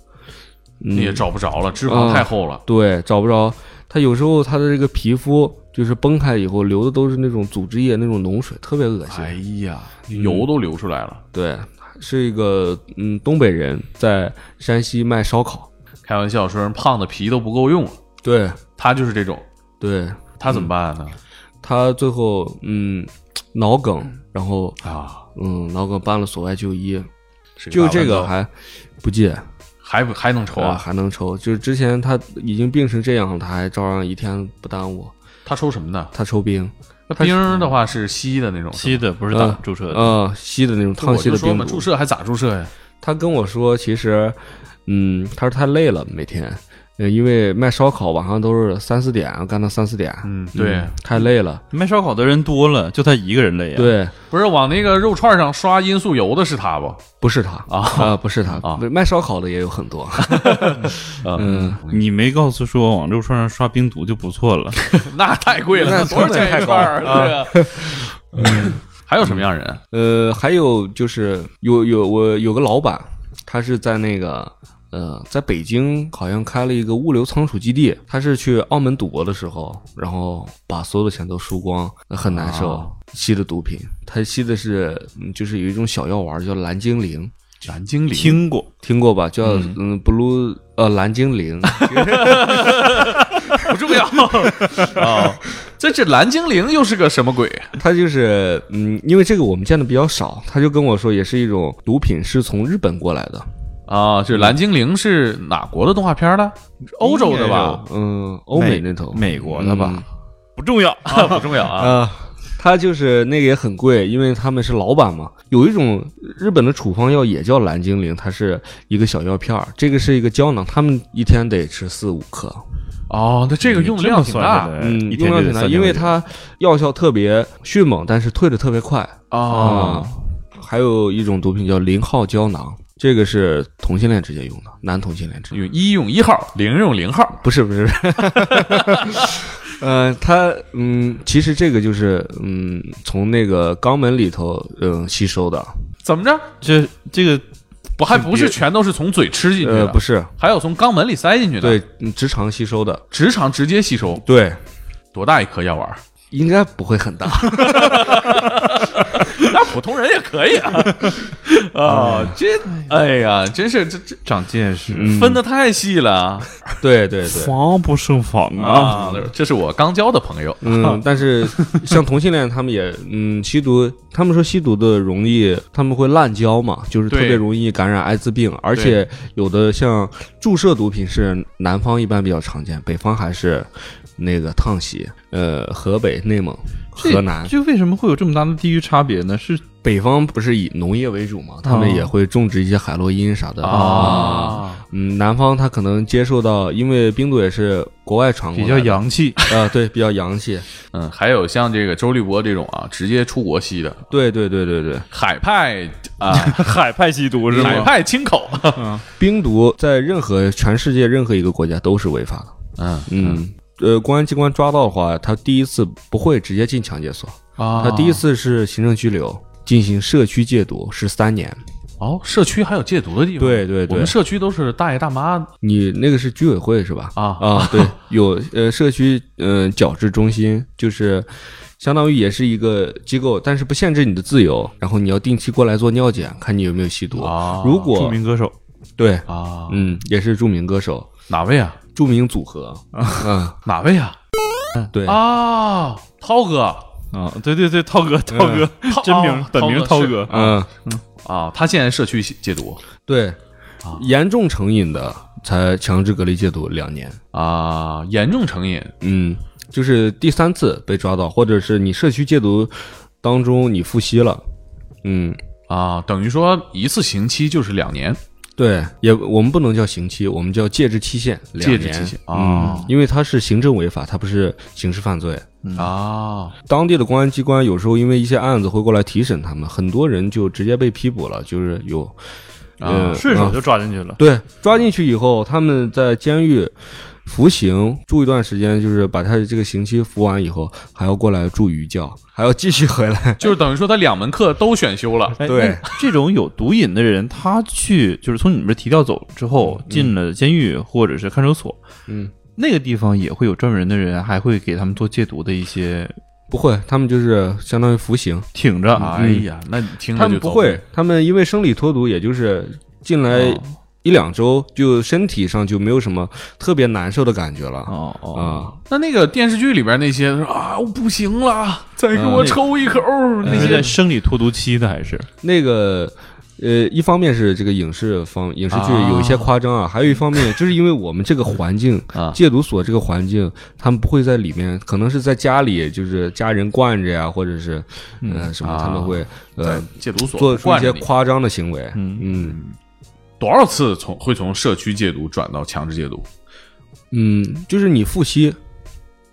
嗯你也找不着了，脂肪太厚了。对，找不着。他有时候他的这个皮肤就是崩开以后流的都是那种组织液那种脓水，特别恶心。哎呀，油都流出来了。对，是一个嗯东北人在山西卖烧烤，开玩笑说人胖的皮都不够用了，对他就是这种，对，他怎么办呢？他最后嗯脑梗，嗯然后啊，嗯脑梗搬了所外就医，是就大这弯个刀还不戒，还不还能抽啊啊？还能抽。就是之前他已经病成这样了，他还照样一天不耽误。他抽什么呢？他抽冰，那冰儿的话是吸的那种，吸是吧的不是打嗯注射的，呃，吸的那种烫我吸就的说冰嘛，毒注。射还咋注射呀？他跟我说，其实，嗯，他说他累了每天，呃，因为卖烧烤晚上都是三四点干到三四点，嗯对太累了。卖烧烤的人多了，就他一个人累啊呀。，对，不是往那个肉串上刷罂粟油的是他不？不是他啊不是他啊卖烧烤的也有很多。嗯，你没告诉说往肉串上刷冰毒就不错了。那太贵了，那那多少钱一太高串了儿？对啊，还有什么样人？呃，还有就是有有我有个老板，他是在那个呃，在北京好像开了一个物流仓储基地，他是去澳门赌博的时候，然后把所有的钱都输光，很难受，啊吸的毒品，他吸的是嗯就是有一种小药丸儿叫蓝精灵。蓝精灵，听过，听过吧？叫嗯 blue 呃蓝精灵， <laughs> 不重要 <laughs> 啊。这这蓝精灵又是个什么鬼？他就是嗯，因为这个我们见的比较少，他就跟我说也是一种毒品，是从日本过来的，啊，这蓝精灵是哪国的动画片呢？欧洲的吧？嗯，欧美那头，美国的吧嗯，不重要。啊，不重要 <laughs> 啊。啊，它就是那个也很贵，因为他们是老板嘛。有一种日本的处方药也叫蓝精灵，它是一个小药片儿，这个是一个胶囊，他们一天得吃四五克，哦，那这个用量挺大的，嗯，哎一用天量就挺得大，三千因为块钱它药效特别迅猛，但是退的特别快啊啊。还有一种毒品叫零号胶囊，这个是同性恋之间用的，男同性恋之间。用一用一号，零用零号。不是不是， <laughs> 呃，它嗯，其实这个就是嗯，从那个肛门里头嗯吸收的，怎么着？这这个不还不是全都是从嘴吃进去呃，的？不是，还有从肛门里塞进去的。，对，嗯直肠吸收的，直肠直接吸收，对，多大一颗药 <laughs> 丸？应该不会很大，那普通人也可 <laughs> 以啊。啊，这哎呀，真是这这长见识，嗯分的太细了 <laughs> 对对对，防不胜防啊！啊！这是我刚交的朋友。 <laughs> 嗯，但是像同性恋他们也嗯吸毒，他们说吸毒的容易，他们会滥交嘛，就是特对别容易感染艾滋病，而且有的像注射毒品是南方一般比较常见，北方还是那个烫洗，呃，河北、内蒙、这河南。这为什么会有这么大的地域差别呢？是北方不是以农业为主嘛，他们哦也会种植一些海洛因啥的啊啊，嗯，南方他可能接受到，因为冰毒也是国外传过比来的较洋气，啊，对，比较洋气，嗯，还有像这个周立波这种啊，直接出国吸的对对对对对。海派啊， <laughs> 海派吸毒是海吗？派清口，冰毒在任何全世界任何一个国家都是违法的。嗯嗯，呃，公安机关抓到的话，他第一次不会直接进强戒所，啊他第一次是行政拘留，进行社区戒毒十三年。哦，社区还有戒毒的地方，对对对我们社区都是大爷大妈你那个是居委会是吧？啊 <laughs> 啊，对，有呃社区嗯矫治中心，就是相当于也是一个机构，但是不限制你的自由，然后你要定期过来做尿检，看你有没有吸毒。啊如著果名歌手对，啊，嗯，也是著名歌手、哪位啊？著名组合，嗯，哪位啊？对啊，涛哥，啊，对对对，涛哥，涛哥，涛真名哦本名涛涛哥哥，嗯，啊，他现在社区戒毒对，啊严重成瘾的才强制隔离戒毒两年。啊，严重成瘾嗯，就是第三次被抓到，或者是你社区戒毒当中你复吸了。嗯，啊，等于说一次刑期就是两年对，也我们不能叫刑期，我们叫戒治期限，两戒年治期限嗯哦，因为它是行政违法，它不是刑事犯罪。啊，当地的公安机关有时候因为一些案子会过来提审他们，很多人就直接被批捕了，就是有，呃，顺手啊就抓进去了。对，抓进去以后，他们在监狱服刑住一段时间，就是把他这个刑期服完以后，还要过来住余教，还要继续回来。就是等于说他两门课都选修了。哎对，那这种有毒瘾的人，他去就是从你们这提调走之后，进了监狱或者是看守所，嗯，那个地方也会有专门的人，还会给他们做戒毒的一些不会，他们就是相当于服刑，挺着啊，哎呀，那你听着嗯他就们不走会，他们因为生理脱毒，也就是进来哦一两周，就身体上就没有什么特别难受的感觉了啊、哦哦，那那个电视剧里边那些说啊，我不行了，再给嗯我抽一口儿，那那是在些生理脱毒期的还是？那个。呃，一方面是这个影视方影视剧啊有一些夸张啊还有一方面就是因为我们这个环境啊戒毒所这个环境，他们不会在里面，可能是在家里，就是家人惯着呀，或者是呃什么，啊他们会在呃戒毒所做出一惯着些你夸张的行为。嗯嗯，多少次从会从社区戒毒转到强制戒毒？嗯，就是你复吸，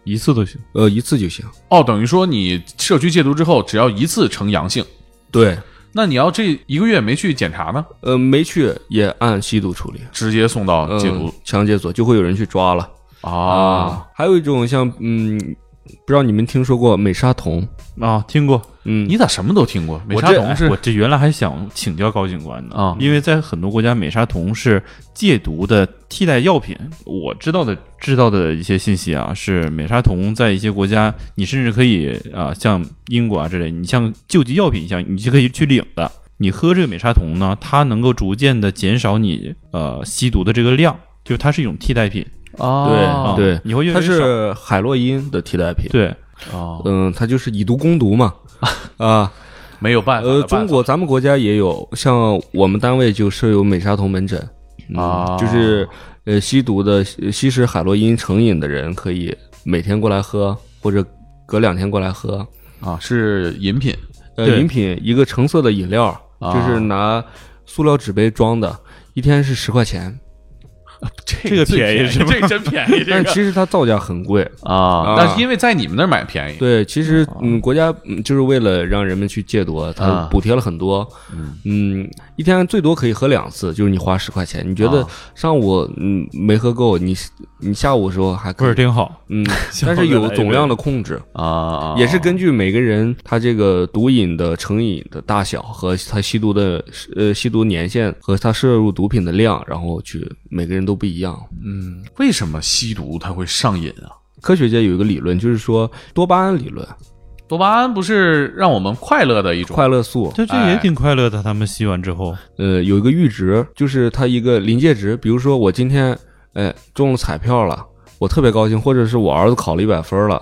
一次都行。呃，一次就行。哦，等于说你社区戒毒之后，只要一次呈阳性，对，那你要这一个月没去检查呢，呃，没去也按吸毒处理，直接送到嗯戒毒强戒所就会有人去抓了啊。。还有一种像嗯，不知道你们听说过美沙酮？啊，听过。嗯，你咋什么都听过？美我沙这酮哎是我这原来还想请教高警官呢啊因为在很多国家，美沙酮是戒毒的替代药品。我知道的知道的一些信息啊，是美沙酮在一些国家，你甚至可以啊、像英国啊之类，你像救急药品一样，你就可以去领的。你喝这个美沙酮呢，它能够逐渐的减少你呃吸毒的这个量，就是它是一种替代品啊。啊对你会越来它越少是海洛因的替代品。对啊，嗯，它就是以毒攻 <laughs> 毒嘛。啊，没有办法的呃，办法。中国咱们国家也有，像我们单位就设有美沙酮门诊，嗯、啊就是呃吸毒的吸食海洛因成瘾的人可以每天过来喝，或者隔两天过来喝。啊是饮品呃，对饮品一个橙色的饮料，啊就是拿塑料纸杯装的，一天是十块钱，这个最便宜便宜是吧这个真便宜，这但个其实它造价很贵。啊啊，但是因为在你们那儿买便宜，对，其实嗯，国家嗯就是为了让人们去戒毒，它啊补贴了很多。嗯，一天最多可以喝两次，就是你花十块钱。你觉得啊上午嗯没喝够，你你下午的时候还味可儿以。挺好。，嗯但是有总量的的控制，啊，也是根据每个人他这个毒瘾的成瘾的大小和他吸毒的呃吸毒年限和他摄入毒品的量，然后去每个人都不一样。嗯为什么吸毒它会上瘾啊？科学界有一个理论，就是说多巴胺理论，多巴胺不是让我们快乐的一种快乐素，这这哎也挺快乐的。他们吸完之后，呃，有一个阈值，就是它一个临界值。比如说我今天，哎，中了彩票了，我特别高兴，或者是我儿子考了一百分了，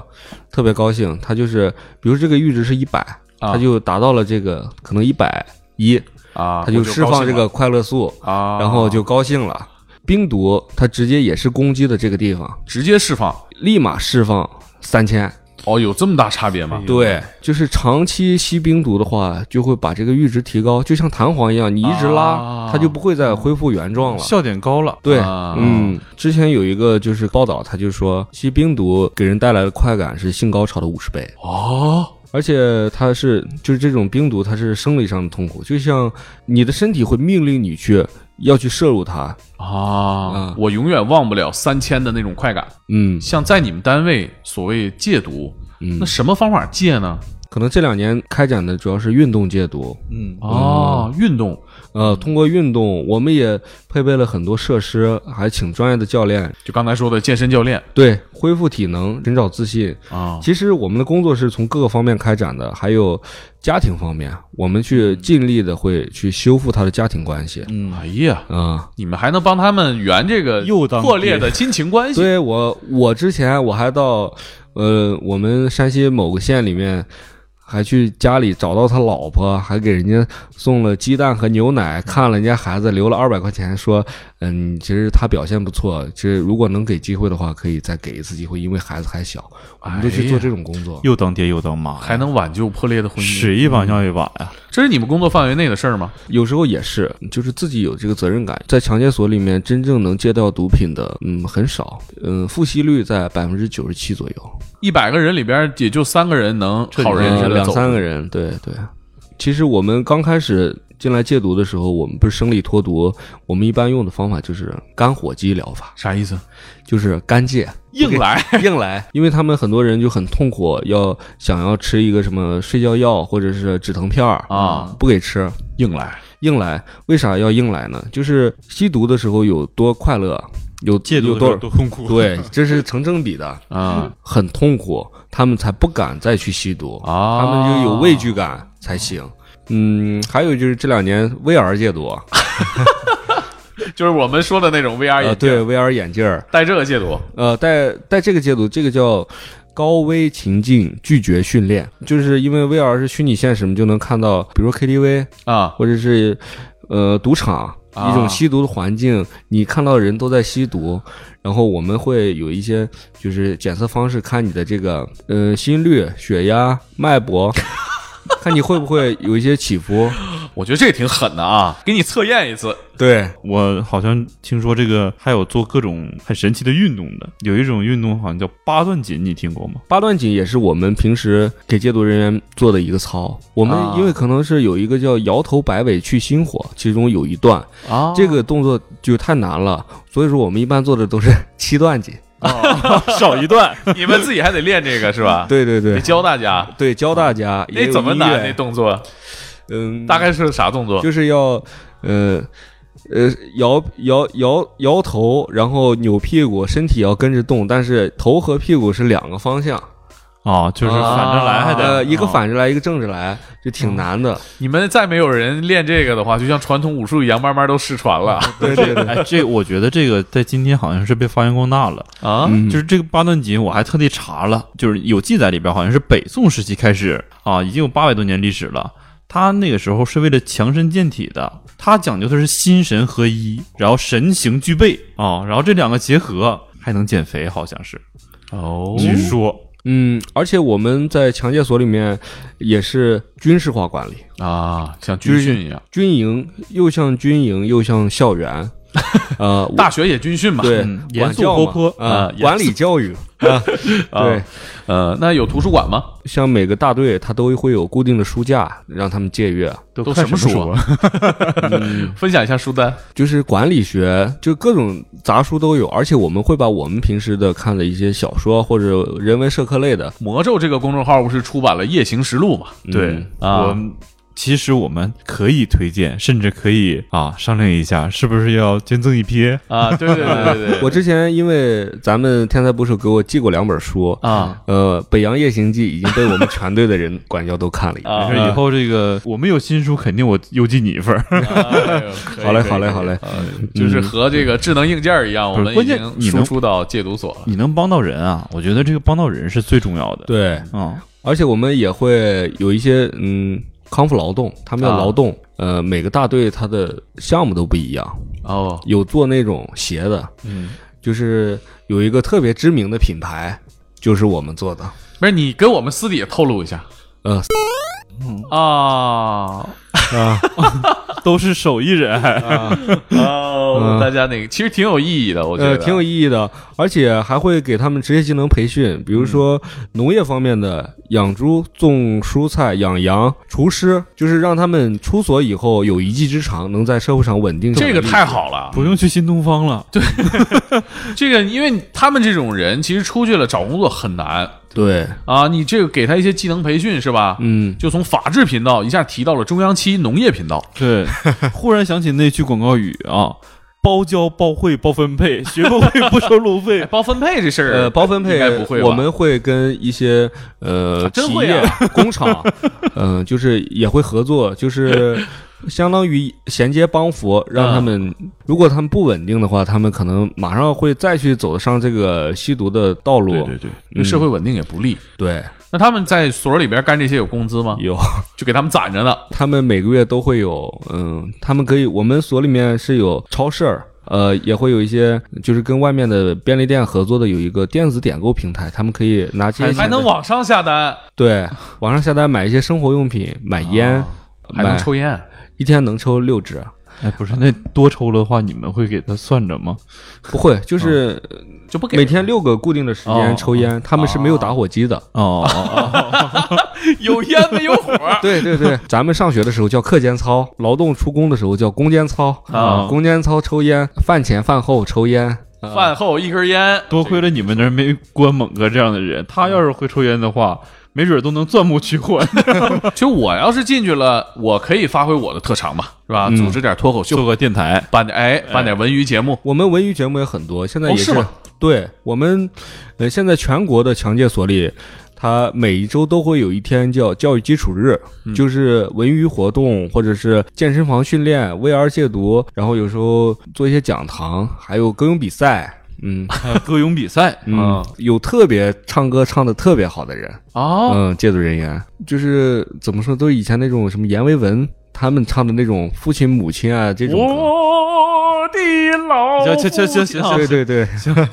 特别高兴。他就是，比如这个阈值是一百、啊他就达到了这个可能一百一，啊，他就释放这个快乐素，我就高兴了啊，然后就高兴了。冰毒它直接也是攻击的这个地方，直接释放。立马释放三千。哦，有这么大差别吗？对，就是长期吸冰毒的话，就会把这个阈值提高，就像弹簧一样，你一直拉，啊它就不会再恢复原状了。笑点高了。对，啊嗯，之前有一个就是报道，他就说吸冰毒给人带来的快感是性高潮的五十倍，哦，而且它是就是这种冰毒，它是生理上的痛苦，就像你的身体会命令你去要去摄入它，啊嗯，我永远忘不了三千的那种快感。嗯像在你们单位所谓戒毒，嗯那，什么方法戒呢？可能这两年开展的主要是运动戒毒，嗯，哦，运动呃，通过运动，我们也配备了很多设施，还请专业的教练，就刚才说的健身教练对，恢复体能，寻找自信，啊，其实我们的工作是从各个方面开展的，还有家庭方面，我们去尽力的会去修复他的家庭关系。嗯哎呀，啊、你们还能帮他们圆这个又当破裂的亲情关系对我，我之前我还到，呃，我们山西某个县里面，还去家里找到他老婆，还给人家送了鸡蛋和牛奶，看了人家孩子留了二百块钱，说，嗯，其实他表现不错，其实如果能给机会的话，可以再给一次机会，因为孩子还小，我们就哎去做这种工作。又当爹又当妈，还能挽救破裂的婚姻？使一把尿一把呀。嗯这是你们工作范围内的事儿吗？有时候也是，就是自己有这个责任感。在强戒所里面，真正能戒掉毒品的，嗯，很少，嗯，复吸率在百分之九十七左右，一百个人里边也就三个人能好人呃似的两走，三个人，对对。其实我们刚开始进来戒毒的时候，我们不是生理脱毒，我们一般用的方法就是干火鸡疗法，啥意思？就是干戒。硬 <laughs> 来硬来，因为他们很多人就很痛苦，要想要吃一个什么睡觉药或者是止疼片儿，啊，不给吃，硬来硬来，为啥要硬来呢？就是吸毒的时候有多快乐，有戒毒有的时候多多痛苦。对，这是成正比的，啊很痛苦，他们才不敢再去吸毒，啊！他们就有畏惧感才行。嗯，还有就是这两年 VR 戒毒，啊、就是我们说的那种 VR 眼镜，呃对 VR 眼镜儿，戴这个戒毒呃，戴戴这个戒毒，这个叫。高危情境拒绝训练，就是因为 VR 是虚拟现实，我们就能看到，比如 KTV，啊或者是呃赌场啊一种吸毒的环境，你看到人都在吸毒，然后我们会有一些就是检测方式，看你的这个呃心率、血压、脉搏。 <laughs> 看你会不会有一些起伏。我觉得这个挺狠的啊，给你测验一次。对，我好像听说这个还有做各种很神奇的运动的，有一种运动好像叫八段锦，你听 <laughs> 过吗？八段锦也是我们平时给戒毒人员做的一个操。我们啊因为可能是有一个叫摇头摆尾去心火，其中有一段啊这个动作就太难了，所以说我们一般做的都是 <laughs> 七段锦。少一段， <laughs> 你们自己还得练这个是吧？对对得对教大家。对，教大家也那有怎么音难？乐那动作嗯，大概是啥动作？就是要呃呃摇摇摇摇头，然后扭屁股，身体要跟着动，但是头和屁股是两个方向，啊，就是反着来还得、呃，一个啊反着来，一个正着来，就挺难的。你们再没有人练这个的话，就像传统武术一样，慢慢都失传了对对对，哎，这个我觉得这个在今天好像是被发扬光大了。啊嗯就是这个八段锦，我还特地查了，就是有记载里边好像是北宋时期开始啊，已经有八百多年历史了。他那个时候是为了强身健体的，他讲究的是心神合一，然后神形俱备啊，然后这两个结合还能减肥，好像是哦据说嗯，而且我们在强戒所里面也是军事化管理，啊，像军训一样，军营又像军营又像校 <laughs> 园，呃，我大学也军训嘛。对嗯严管肃教活嘛泼啊啊，严管理教 <laughs> 育啊，啊对，，呃，那有图书馆吗？像每个大队它都会有固定的书架让他们借阅，都都看么什么书啊？ <laughs> 嗯分享一下书单。就是管理学，就各种杂书都有，而且我们会把我们平时的看的一些小说或者人文社科类的，魔咒这个公众号不是出版了《夜行实录》嘛？嗯对，啊我其实我们可以推荐，甚至可以啊商量一下，是不是要捐赠一批？啊，对对对对对， <laughs> 我之前因为咱们天才捕手给我寄过两本书，啊呃，《北洋夜行记》已经被我们全队的人管教都看了一遍。啊没事，以后这个我们有新书，肯定我邮寄你一份儿。哎呦可以 <laughs> 好嘞可以好可嘞嗯以好嘞啊就是和这个智能硬件一样，我不是们已关键经你输能出到戒毒所了。你能帮到人啊，我觉得这个帮到人是最重要的。，对，嗯，而且我们也会有一些嗯康复劳动，他们的啊劳动，呃，每个大队它的项目都不一样，哦，有做那种鞋的，嗯，就是有一个特别知名的品牌，就是我们做的。不是你跟我们私底下透露一下呃，啊。都是手艺人，哦嗯大家那个其实挺有意义的，我觉得呃，挺有意义的，而且还会给他们职业技能培训，比如说农业方面的养猪、种蔬菜、养羊、厨师，就是让他们出所以后有一技之长，能在社会上稳定。这个太，好了，不用去新东方 <laughs> 了。对，这个因为他们这种人其实出去了找工作很难对，啊，你这个给他一些技能培训是吧？嗯，就从法制频道一下提到了中央七农业频道，。忽然想起那句广告语啊。包教、包会、包分配，学不会不收路 <laughs> 费包分配这事儿，呃，包分应配该不会吧我们会跟一些呃真企会业啊、工厂， <laughs> 嗯，就是也会合作， <laughs> 就是。相当于衔接帮扶，让他啊们，如果他们不稳定的话，他们可能马上会再去走上这个吸毒的道路。对，对啊社会稳定也不利。对，那他们在所里边干这些有工资吗？有， <laughs> 就给他们攒着呢。他们每个月都会有，嗯，他们可以，我们所里面是有超市儿，呃，也会有一些就是跟外面的便利店合作的有一个电子点购平台，他们可以拿这些还钱能的网上下单，对网上下单买一些生活用品，买烟，还能买抽烟，一天能抽六支，哎，不是，那多抽的话，你们会给他算着吗？不会，就是就不给每天六个固定的时哦间抽烟，他们是没有打火机的。哦， <laughs> 哦 <laughs> 哦有烟没有 <laughs> 火对对对， <laughs> 咱们上学的时候叫课间操，劳动出工的时候叫工间操啊工间操抽烟，饭前饭后抽烟，饭后一根烟，多亏了你们那儿没关猛哥这样的人，他要是会抽烟的话，没准都能钻木取 <laughs> 火，其实我要是进去了，我可以发挥我的特长嘛，是吧？组织点脱口做秀，个电台。办点嗯哎，办点文娱节目。我们文娱节目也很多，现在哦也是吗对我们，呃，现在全国的强戒所里，它每一周都会有一天叫教育基础日，嗯就是文娱活动或者是健身房训练、VR 戒毒，然后有时候做一些讲堂，还有歌咏比赛。 <laughs> 嗯还有 <laughs> 歌咏比赛，啊嗯，有特别唱歌唱的特别好的人，哦，嗯，戒毒人员就是怎么说，哦都是以前那种什么阎维文他们唱的那种父亲母亲啊这种歌，我的老行行行行行对对对，啊，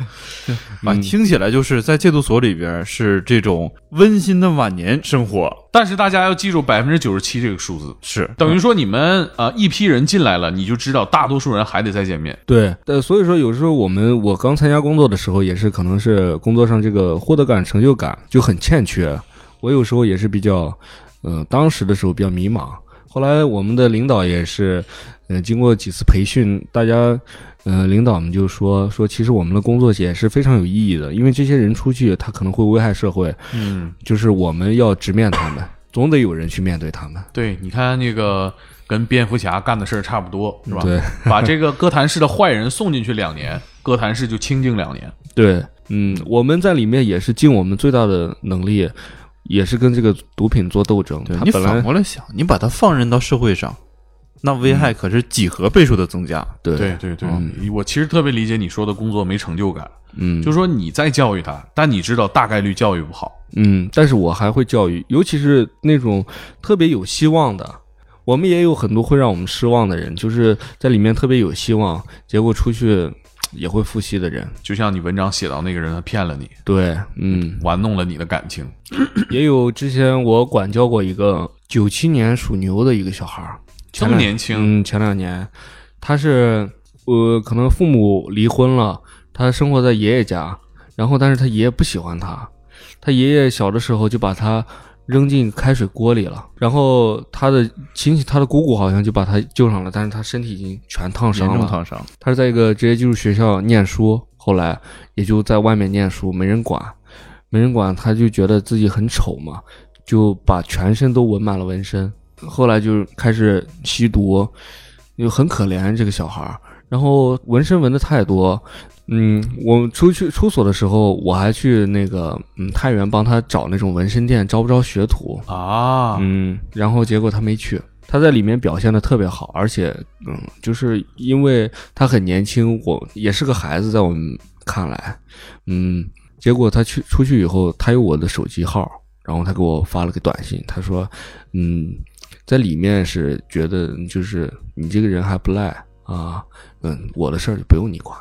嗯听起来就是在戒毒所里边是这种温馨的晚年生活，但是大家要记住百分之九十七这个数字，是等于说你们呃一批人进来了，你就知道大多数人还得再见面。对，呃，所以说有时候我们我刚参加工作的时候，也是可能是工作上这个获得感、成就感就很欠缺。我有时候也是比较，呃，当时的时候比较迷茫。后来我们的领导也是，呃，经过几次培训，大家，呃，领导们就说说，其实我们的工作也是非常有意义的，因为这些人出去，他可能会危害社会，嗯，就是我们要直面他们，总得有人去面对他们。对，你看那个跟蝙蝠侠干的事儿差不多，是吧？对， <laughs> 把这个哥谭市的坏人送进去两年，哥谭市就清静两年。对，嗯，我们在里面也是尽我们最大的能力，也是跟这个毒品做斗争。他你本来反过来想，你把它放任到社会上，那危嗯害可是几何倍数的增加。对对对对，我其实特别理解你说的工作没成就感，嗯，就说你在教育他，但你知道大概率教育不好。嗯，但是我还会教育，尤其是那种特别有希望的。我们也有很多会让我们失望的人，就是在里面特别有希望，结果出去也会复吸的人。就像你文章写到那个人，他骗了你，对，嗯，玩弄了你的感情。也有之前我管教过一个九七年属牛的一个小孩儿，这么年轻，嗯，前两年他是呃，可能父母离婚了，他生活在爷爷家，然后但是他爷爷不喜欢他，他爷爷小的时候就把他扔进开水锅里了，然后他的亲戚，他的姑姑好像就把他救上了，但是他身体已经全烫严伤重了，烫伤，他是在一个职业技术学校念书，后来也就在外面念书，没人管，没人管，他就觉得自己很丑嘛，就把全身都纹满了纹身。后来就开始吸毒，就很可怜这个小孩儿。然后纹身纹的太多，嗯，我出去出所的时候，我还去那个嗯太原帮他找那种纹身店，招不招学徒？啊，嗯，然后结果他没去，他在里面表现的特别好，而且嗯，就是因为他很年轻，我也是个孩子，在我们看来，嗯，结果他去出去以后，他有我的手机号，然后他给我发了个短信，他说，嗯，在里面是觉得就是你这个人还不赖啊，嗯，我的事儿就不用你管。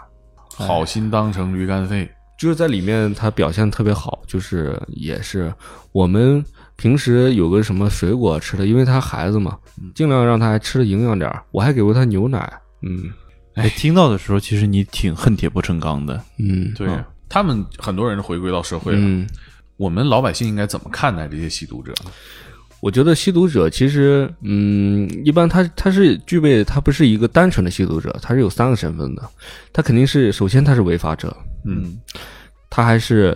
哎好心当成驴肝肺。就是在里面他表现得特别好，就是也是我们平时有个什么水果吃的，因为他孩子嘛，嗯尽量让他还吃的营养点儿。我还给过他牛奶，嗯哎，听到的时候，其实你挺恨铁不成钢的。嗯，对、啊他们很多人回归到社会了，嗯，我们老百姓应该怎么看待这些吸毒者呢？我觉得吸毒者其实，嗯，一般他他是具备他不是一个单纯的吸毒者，他是有三个身份的，他肯定是首先他是违法者，嗯他还是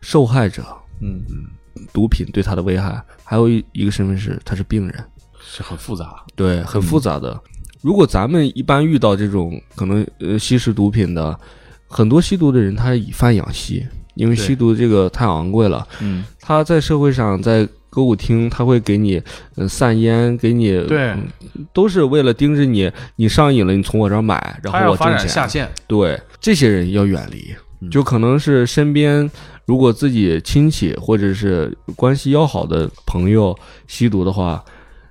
受害者，嗯嗯，毒品对他的危害，还有一一个身份是他是病人。是很复杂。对，嗯很复杂的。如果咱们一般遇到这种可能呃吸食毒品的，很多吸毒的人他是以贩养吸，因为对吸毒这个太昂贵了。嗯，他在社会上在歌舞厅，他会给你呃散烟，给你对，嗯都是为了盯着你，你上瘾了，你从我这儿买，然他后要我发挣展下钱。线，对，这些人要远离嗯。就可能是身边，如果自己亲戚或者是关系要好的朋友吸毒的话，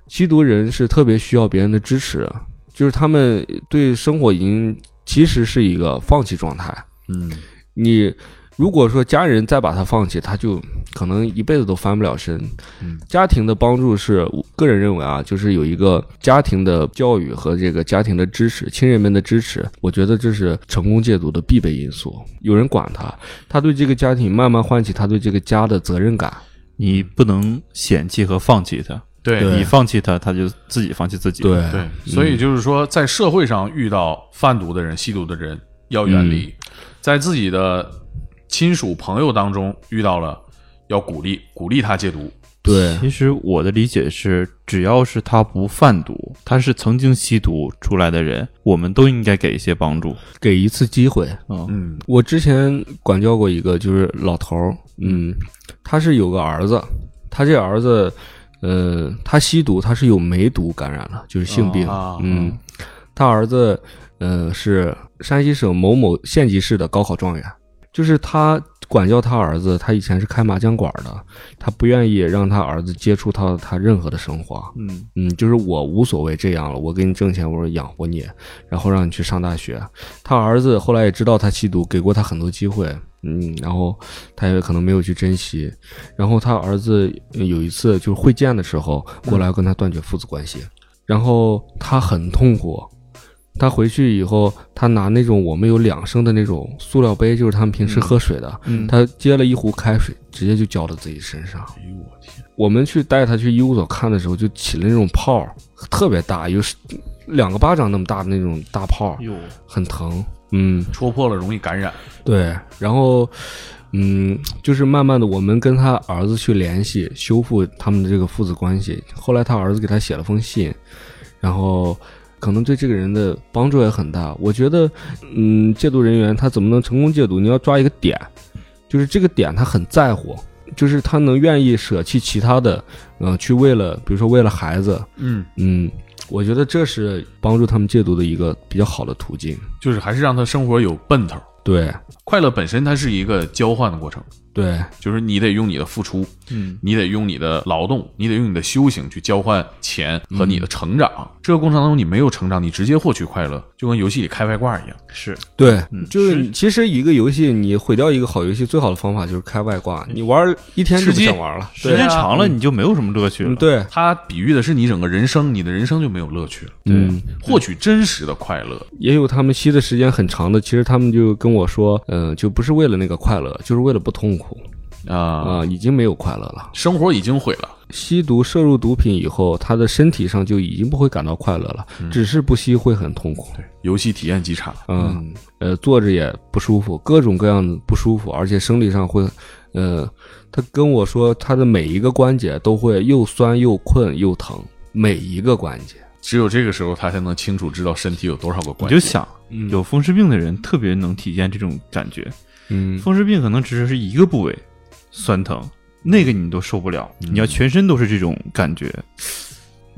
吸毒人是特别需要别人的支持，啊就是他们对生活已经其实是一个放弃状态。嗯，你如果说家人再把他放弃，他就可能一辈子都翻不了身。嗯家庭的帮助是我个人认为啊，就是有一个家庭的教育和这个家庭的支持，亲人们的支持，我觉得这是成功戒毒的必备因素。有人管他，他对这个家庭慢慢唤起他对这个家的责任感。你不能嫌弃和放弃他，对对你放弃他，他就自己放弃自己。，对对，所以就是说，在社会上遇到贩毒的人、吸毒的人要远离，在自己的亲属朋友当中遇到了，要鼓励鼓励他戒毒。对其实我的理解是，只要是他不贩毒，他是曾经吸毒出来的人，我们都应该给一些帮助。给一次机会，嗯，嗯我之前管教过一个，就是老头儿，嗯，他是有个儿子，他这儿子，呃，他吸毒，他是有梅毒感染了，就是性病，啊嗯，他儿子，呃，是山西省某某县级市的高考状元，就是他管教他儿子，他以前是开麻将馆的，他不愿意让他儿子接触到他任何的生活。嗯嗯，就是我无所谓这样了，我给你挣钱，我养活你，然后让你去上大学。他儿子后来也知道他吸毒，给过他很多机会，嗯，然后他也可能没有去珍惜。然后他儿子呃有一次就是会见的时候过来要跟他断绝父子关系，然后他很痛苦。他回去以后，他拿那种我们有两升的那种塑料杯，就是他们平时喝水的，嗯他接了一壶开水，直接就浇到自己身上。哎呦我天，我们去带他去医务所看的时候，就起了那种泡儿，特别大，有十两个巴掌那么大的那种大泡儿，哟，很疼。嗯，戳破了容易感染。对。然后，嗯，就是慢慢的，我们跟他儿子去联系，修复他们的这个父子关系。后来他儿子给他写了封信，然后。可能对这个人的帮助也很大。我觉得，嗯，戒毒人员他怎么能成功戒毒？你要抓一个点，就是这个点他很在乎，就是他能愿意舍弃其他的，嗯、去为了，比如说为了孩子，嗯，嗯，我觉得这是帮助他们戒毒的一个比较好的途径。就是还是让他生活有奔头。对快乐本身它是一个交换的过程，对就是你得用你的付出，嗯，你得用你的劳动，你得用你的修行去交换钱和你的成长。这个过程当中，你没有成长，你直接获取快乐，就跟游戏里开外挂一样。是对，嗯就是其实一个游戏，你毁掉一个好游戏，最好的方法就是开外挂。你玩儿一天就吃不鸡想玩了。时间长了你就没有什么乐趣了。啊嗯，对，它比喻的是你整个人生，你的人生就没有乐趣了。嗯，获取真实的快乐，也有他们吸的时间很长的，其实他们就跟我说，嗯、就不是为了那个快乐，就是为了不痛苦啊、啊、已经没有快乐了。生活已经毁了。吸毒摄入毒品以后，他的身体上就已经不会感到快乐了，只是不吸会很痛苦。游戏体验极差，嗯，呃，坐着也不舒服，各种各样的不舒服，而且生理上会，呃，他跟我说他的每一个关节都会又酸又困又疼，每一个关节。只有这个时候他才能清楚知道身体有多少个你关就节。想，有风湿病的人特别能体现这种感觉。嗯，风湿病可能只是一个部位酸疼，那个你都受不了，嗯你要全身都是这种感觉。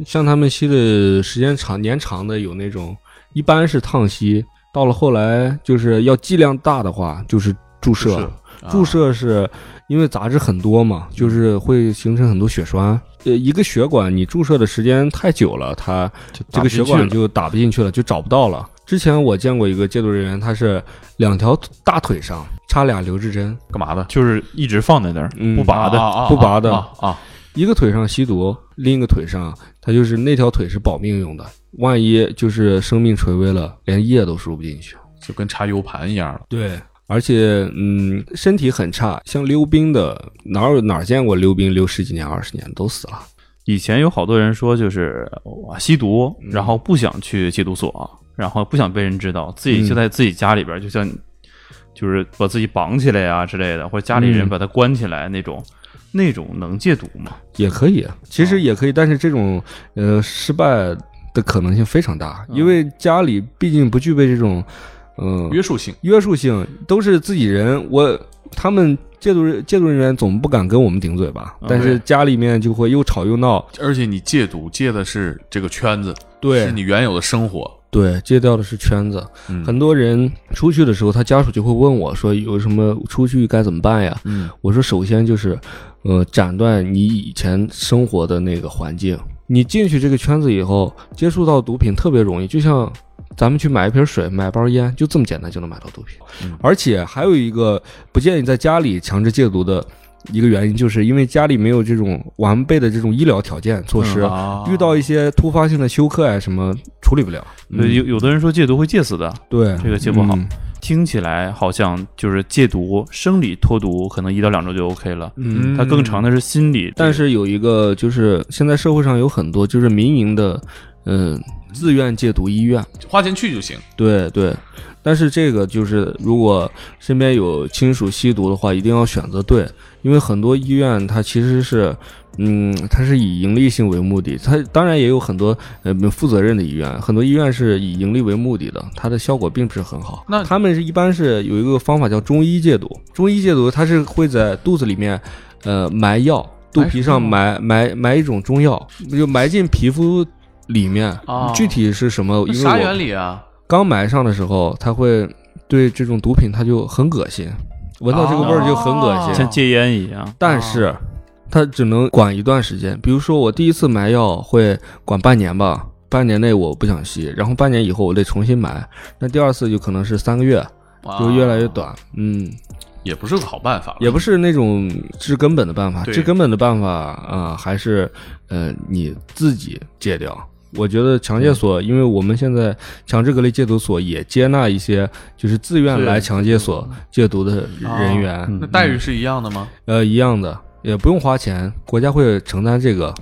像他们吸的时间长、年长的有那种，一般是烫吸，到了后来就是要剂量大的话，就是注射。注射啊注射是因为杂质很多嘛，就是会形成很多血栓。呃，一个血管你注射的时间太久了，它这打不个血进管去就打不进去了，就找不到了。之前我见过一个戒毒人员，他是两条大腿上插俩留置针，干嘛的？就是一直放在那儿嗯不拔的。啊啊啊不拔的啊啊！一个腿上吸毒，另一个腿上他就是那条腿是保命用的，万一就是生命垂危了，连液都输不进去。就跟插 U 盘一样了。对，而且嗯，身体很差，像溜冰的哪有哪儿见过溜冰溜十几年、二十年都死了。以前有好多人说，就是哇吸毒，嗯然后不想去戒毒所，然后不想被人知道，自己嗯就在自己家里边，就像就是把自己绑起来呀、之类的，或者家里人嗯把他关起来那种，那种能戒毒吗？也可以，啊其啊实也可以，但是这种呃失败的可能性非常啊大，因为家里毕竟不具备这种嗯、呃约束性，约束性，都是自己人。我他们戒毒人戒毒人员总不敢跟我们顶嘴吧，啊但是家里面就会又吵又闹。而且你戒毒戒的是这个圈子，对是你原有的生活。对，戒掉的是圈子。嗯很多人出去的时候，他家属就会问我说：“有什么出去该怎么办呀？”嗯，我说：“首先就是，呃，斩断你以前生活的那个环境。你进去这个圈子以后，接触到毒品特别容易，就像咱们去买一瓶水、买包烟，就这么简单就能买到毒品。嗯而且还有一个不建议在家里强制戒毒的。”一个原因就是因为家里没有这种完备的这种医疗条件措施，嗯啊遇到一些突发性的休克啊呀、什么处理不了。嗯呃有有的人说戒毒会戒死的，对，这个戒不好嗯听起来好像就是戒毒，生理脱毒可能一到两周就 OK 了，嗯，它更长的是心理。但是有一个就是现在社会上有很多就是民营的，嗯、自愿戒毒医院，花钱去就行。对对。但是这个就是如果身边有亲属吸毒的话，一定要选择对，因为很多医院它其实是。嗯，它是以盈利性为目的，它当然也有很多呃不负责任的医院，很多医院是以盈利为目的的，它的效果并不是很好。那他们是一般是有一个方法叫中医戒毒，中医戒毒它是会在肚子里面呃埋药，肚皮上埋埋埋一种中药，就埋进皮肤里面。哦具体是什么？因为啥我原理啊？刚埋上的时候，他会对这种毒品他就很恶心，闻到这个味儿就很恶心。像戒烟一样。但是它只能管一段时间。比如说，我第一次买药会管半年吧，半年内我不想吸，然后半年以后我得重新买。那第二次就可能是三个月，就越哦来越短。嗯，啊也不是个好办法了。也不是那种治根本的办法，对治根本的办法啊、呃还是呃你自己戒掉。我觉得强戒所，因为我们现在强制隔离戒毒所也接纳一些就是自愿对来强戒所戒毒的人员，那待遇是一样的吗？呃，一样的，也不用花钱，国家会承担这个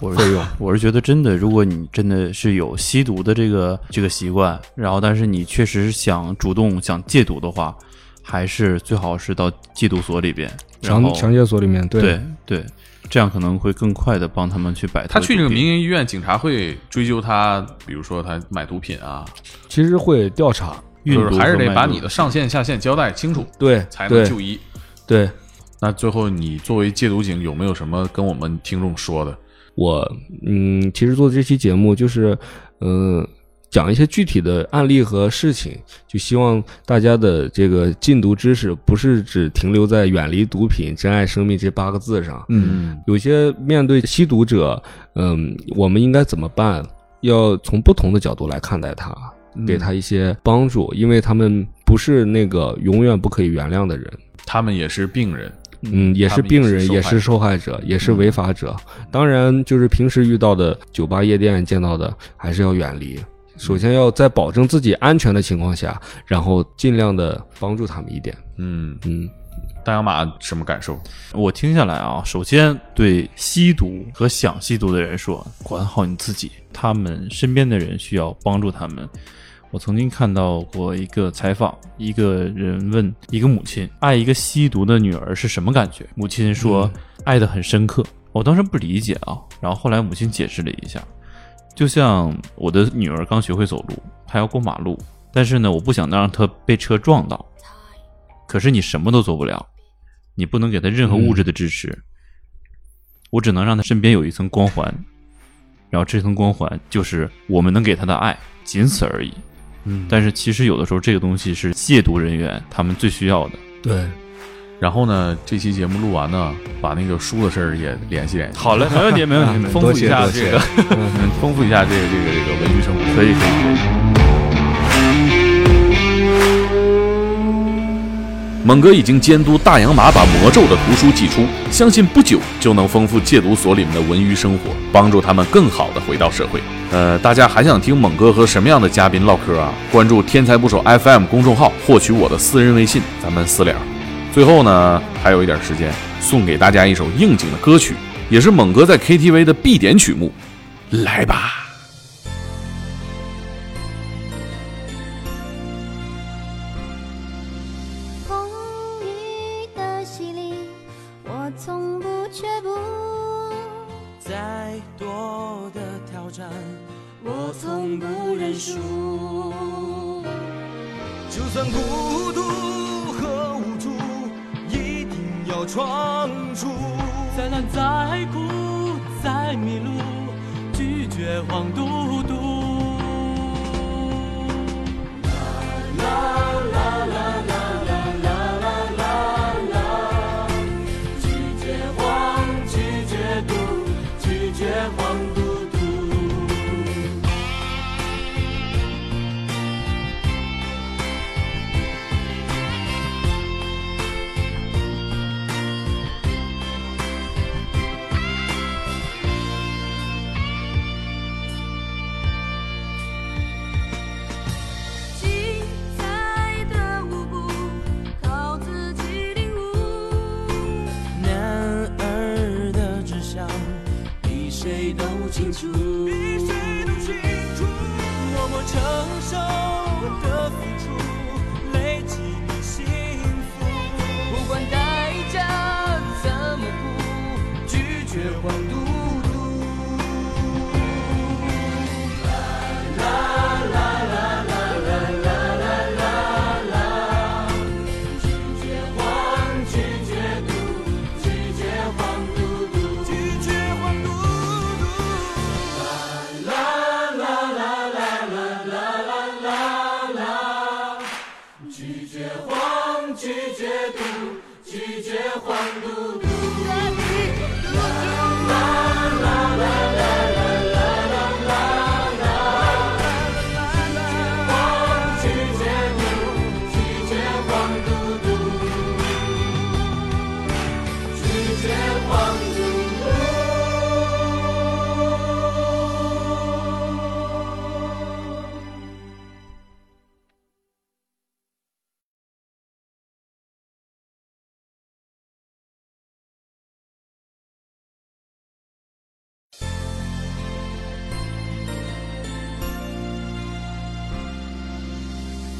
我费用。我是觉得真的，如果你真的是有吸毒的这个这个习惯，然后但是你确实想主动想戒毒的话，还是最好是到戒毒所里边，然后强强戒所里面，对对对，这样可能会更快的帮他们去摆他脱去那个毒民品营医院，警察会追究他，比如说他买毒品啊，其实会调查，运就是毒还是和得卖把毒你的上线下线交代清楚，对才能对就医。对，那最后，你作为戒毒警，有没有什么跟我们听众说的？我嗯，其实做这期节目就是，呃，讲一些具体的案例和事情，就希望大家的这个禁毒知识不是只停留在远离毒品、珍爱生命这八个字上。嗯，有些面对吸毒者，嗯，我们应该怎么办？要从不同的角度来看待他，嗯给他一些帮助，因为他们不是那个永远不可以原谅的人。他们也是病人，嗯，也他是们病也是人，受也害是者嗯受害者，也是违法者。当然，就是平时遇到的酒吧、夜店见到的，还是要远离。嗯首先要在保证自己安全的情况下，然后尽量的帮助他们一点。嗯，嗯，大洋马什么感受？我听下来啊，首先对吸毒和想吸毒的人说，管好你自己，他们身边的人需要帮助他们。我曾经看到过一个采访，一个人问一个母亲爱一个吸毒的女儿是什么感觉，母亲说、爱得很深刻。我当时不理解啊，然后后来母亲解释了一下，就像我的女儿刚学会走路，她要过马路，但是呢，我不想让她被车撞到，可是你什么都做不了，你不能给他任何物质的支持，我只能让他身边有一层光环，然后这层光环就是我们能给他的爱，仅此而已。嗯，但是其实有的时候这个东西是戒毒人员他们最需要的。对，然后呢，这期节目录完呢，把那个书的事儿也联系联系，好嘞，没问题，没问 <laughs> 题，丰富一下这个， <laughs> 嗯丰富一下这个这个这个文娱生活。可以可以可以。猛哥已经监督大洋马把魔咒的图书寄出，相信不久就能丰富戒毒所里面的文娱生活，帮助他们更好的回到社会。呃，大家还想听猛哥和什么样的嘉宾唠嗑啊？关注“天才捕手 FM” 公众号，获取我的私人微信，咱们私聊。最后呢，还有一点时间，送给大家一首应景的歌曲，也是猛哥在 KTV 的必点曲目，来吧。风雨的洗礼，我从不却步。再多的挑战，我从不认输。就算孤独和无助，一定要闯出。再难再苦再迷路，拒绝黄嘟嘟。拒绝黄，拒绝毒，拒绝黄嘟嘟。精彩的舞步，靠自己领悟。男儿的志向比谁都清楚，比谁都清楚。默默承受的付出，累积的幸福。不管代价怎么付，拒绝黄嘟嘟。拒绝黄嘟嘟。啦啦啦啦啦啦啦啦啦，拒绝黄，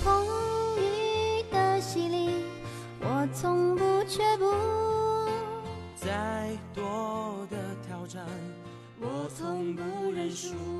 风雨的洗礼，我从不却步，再多的挑战，我从不认输。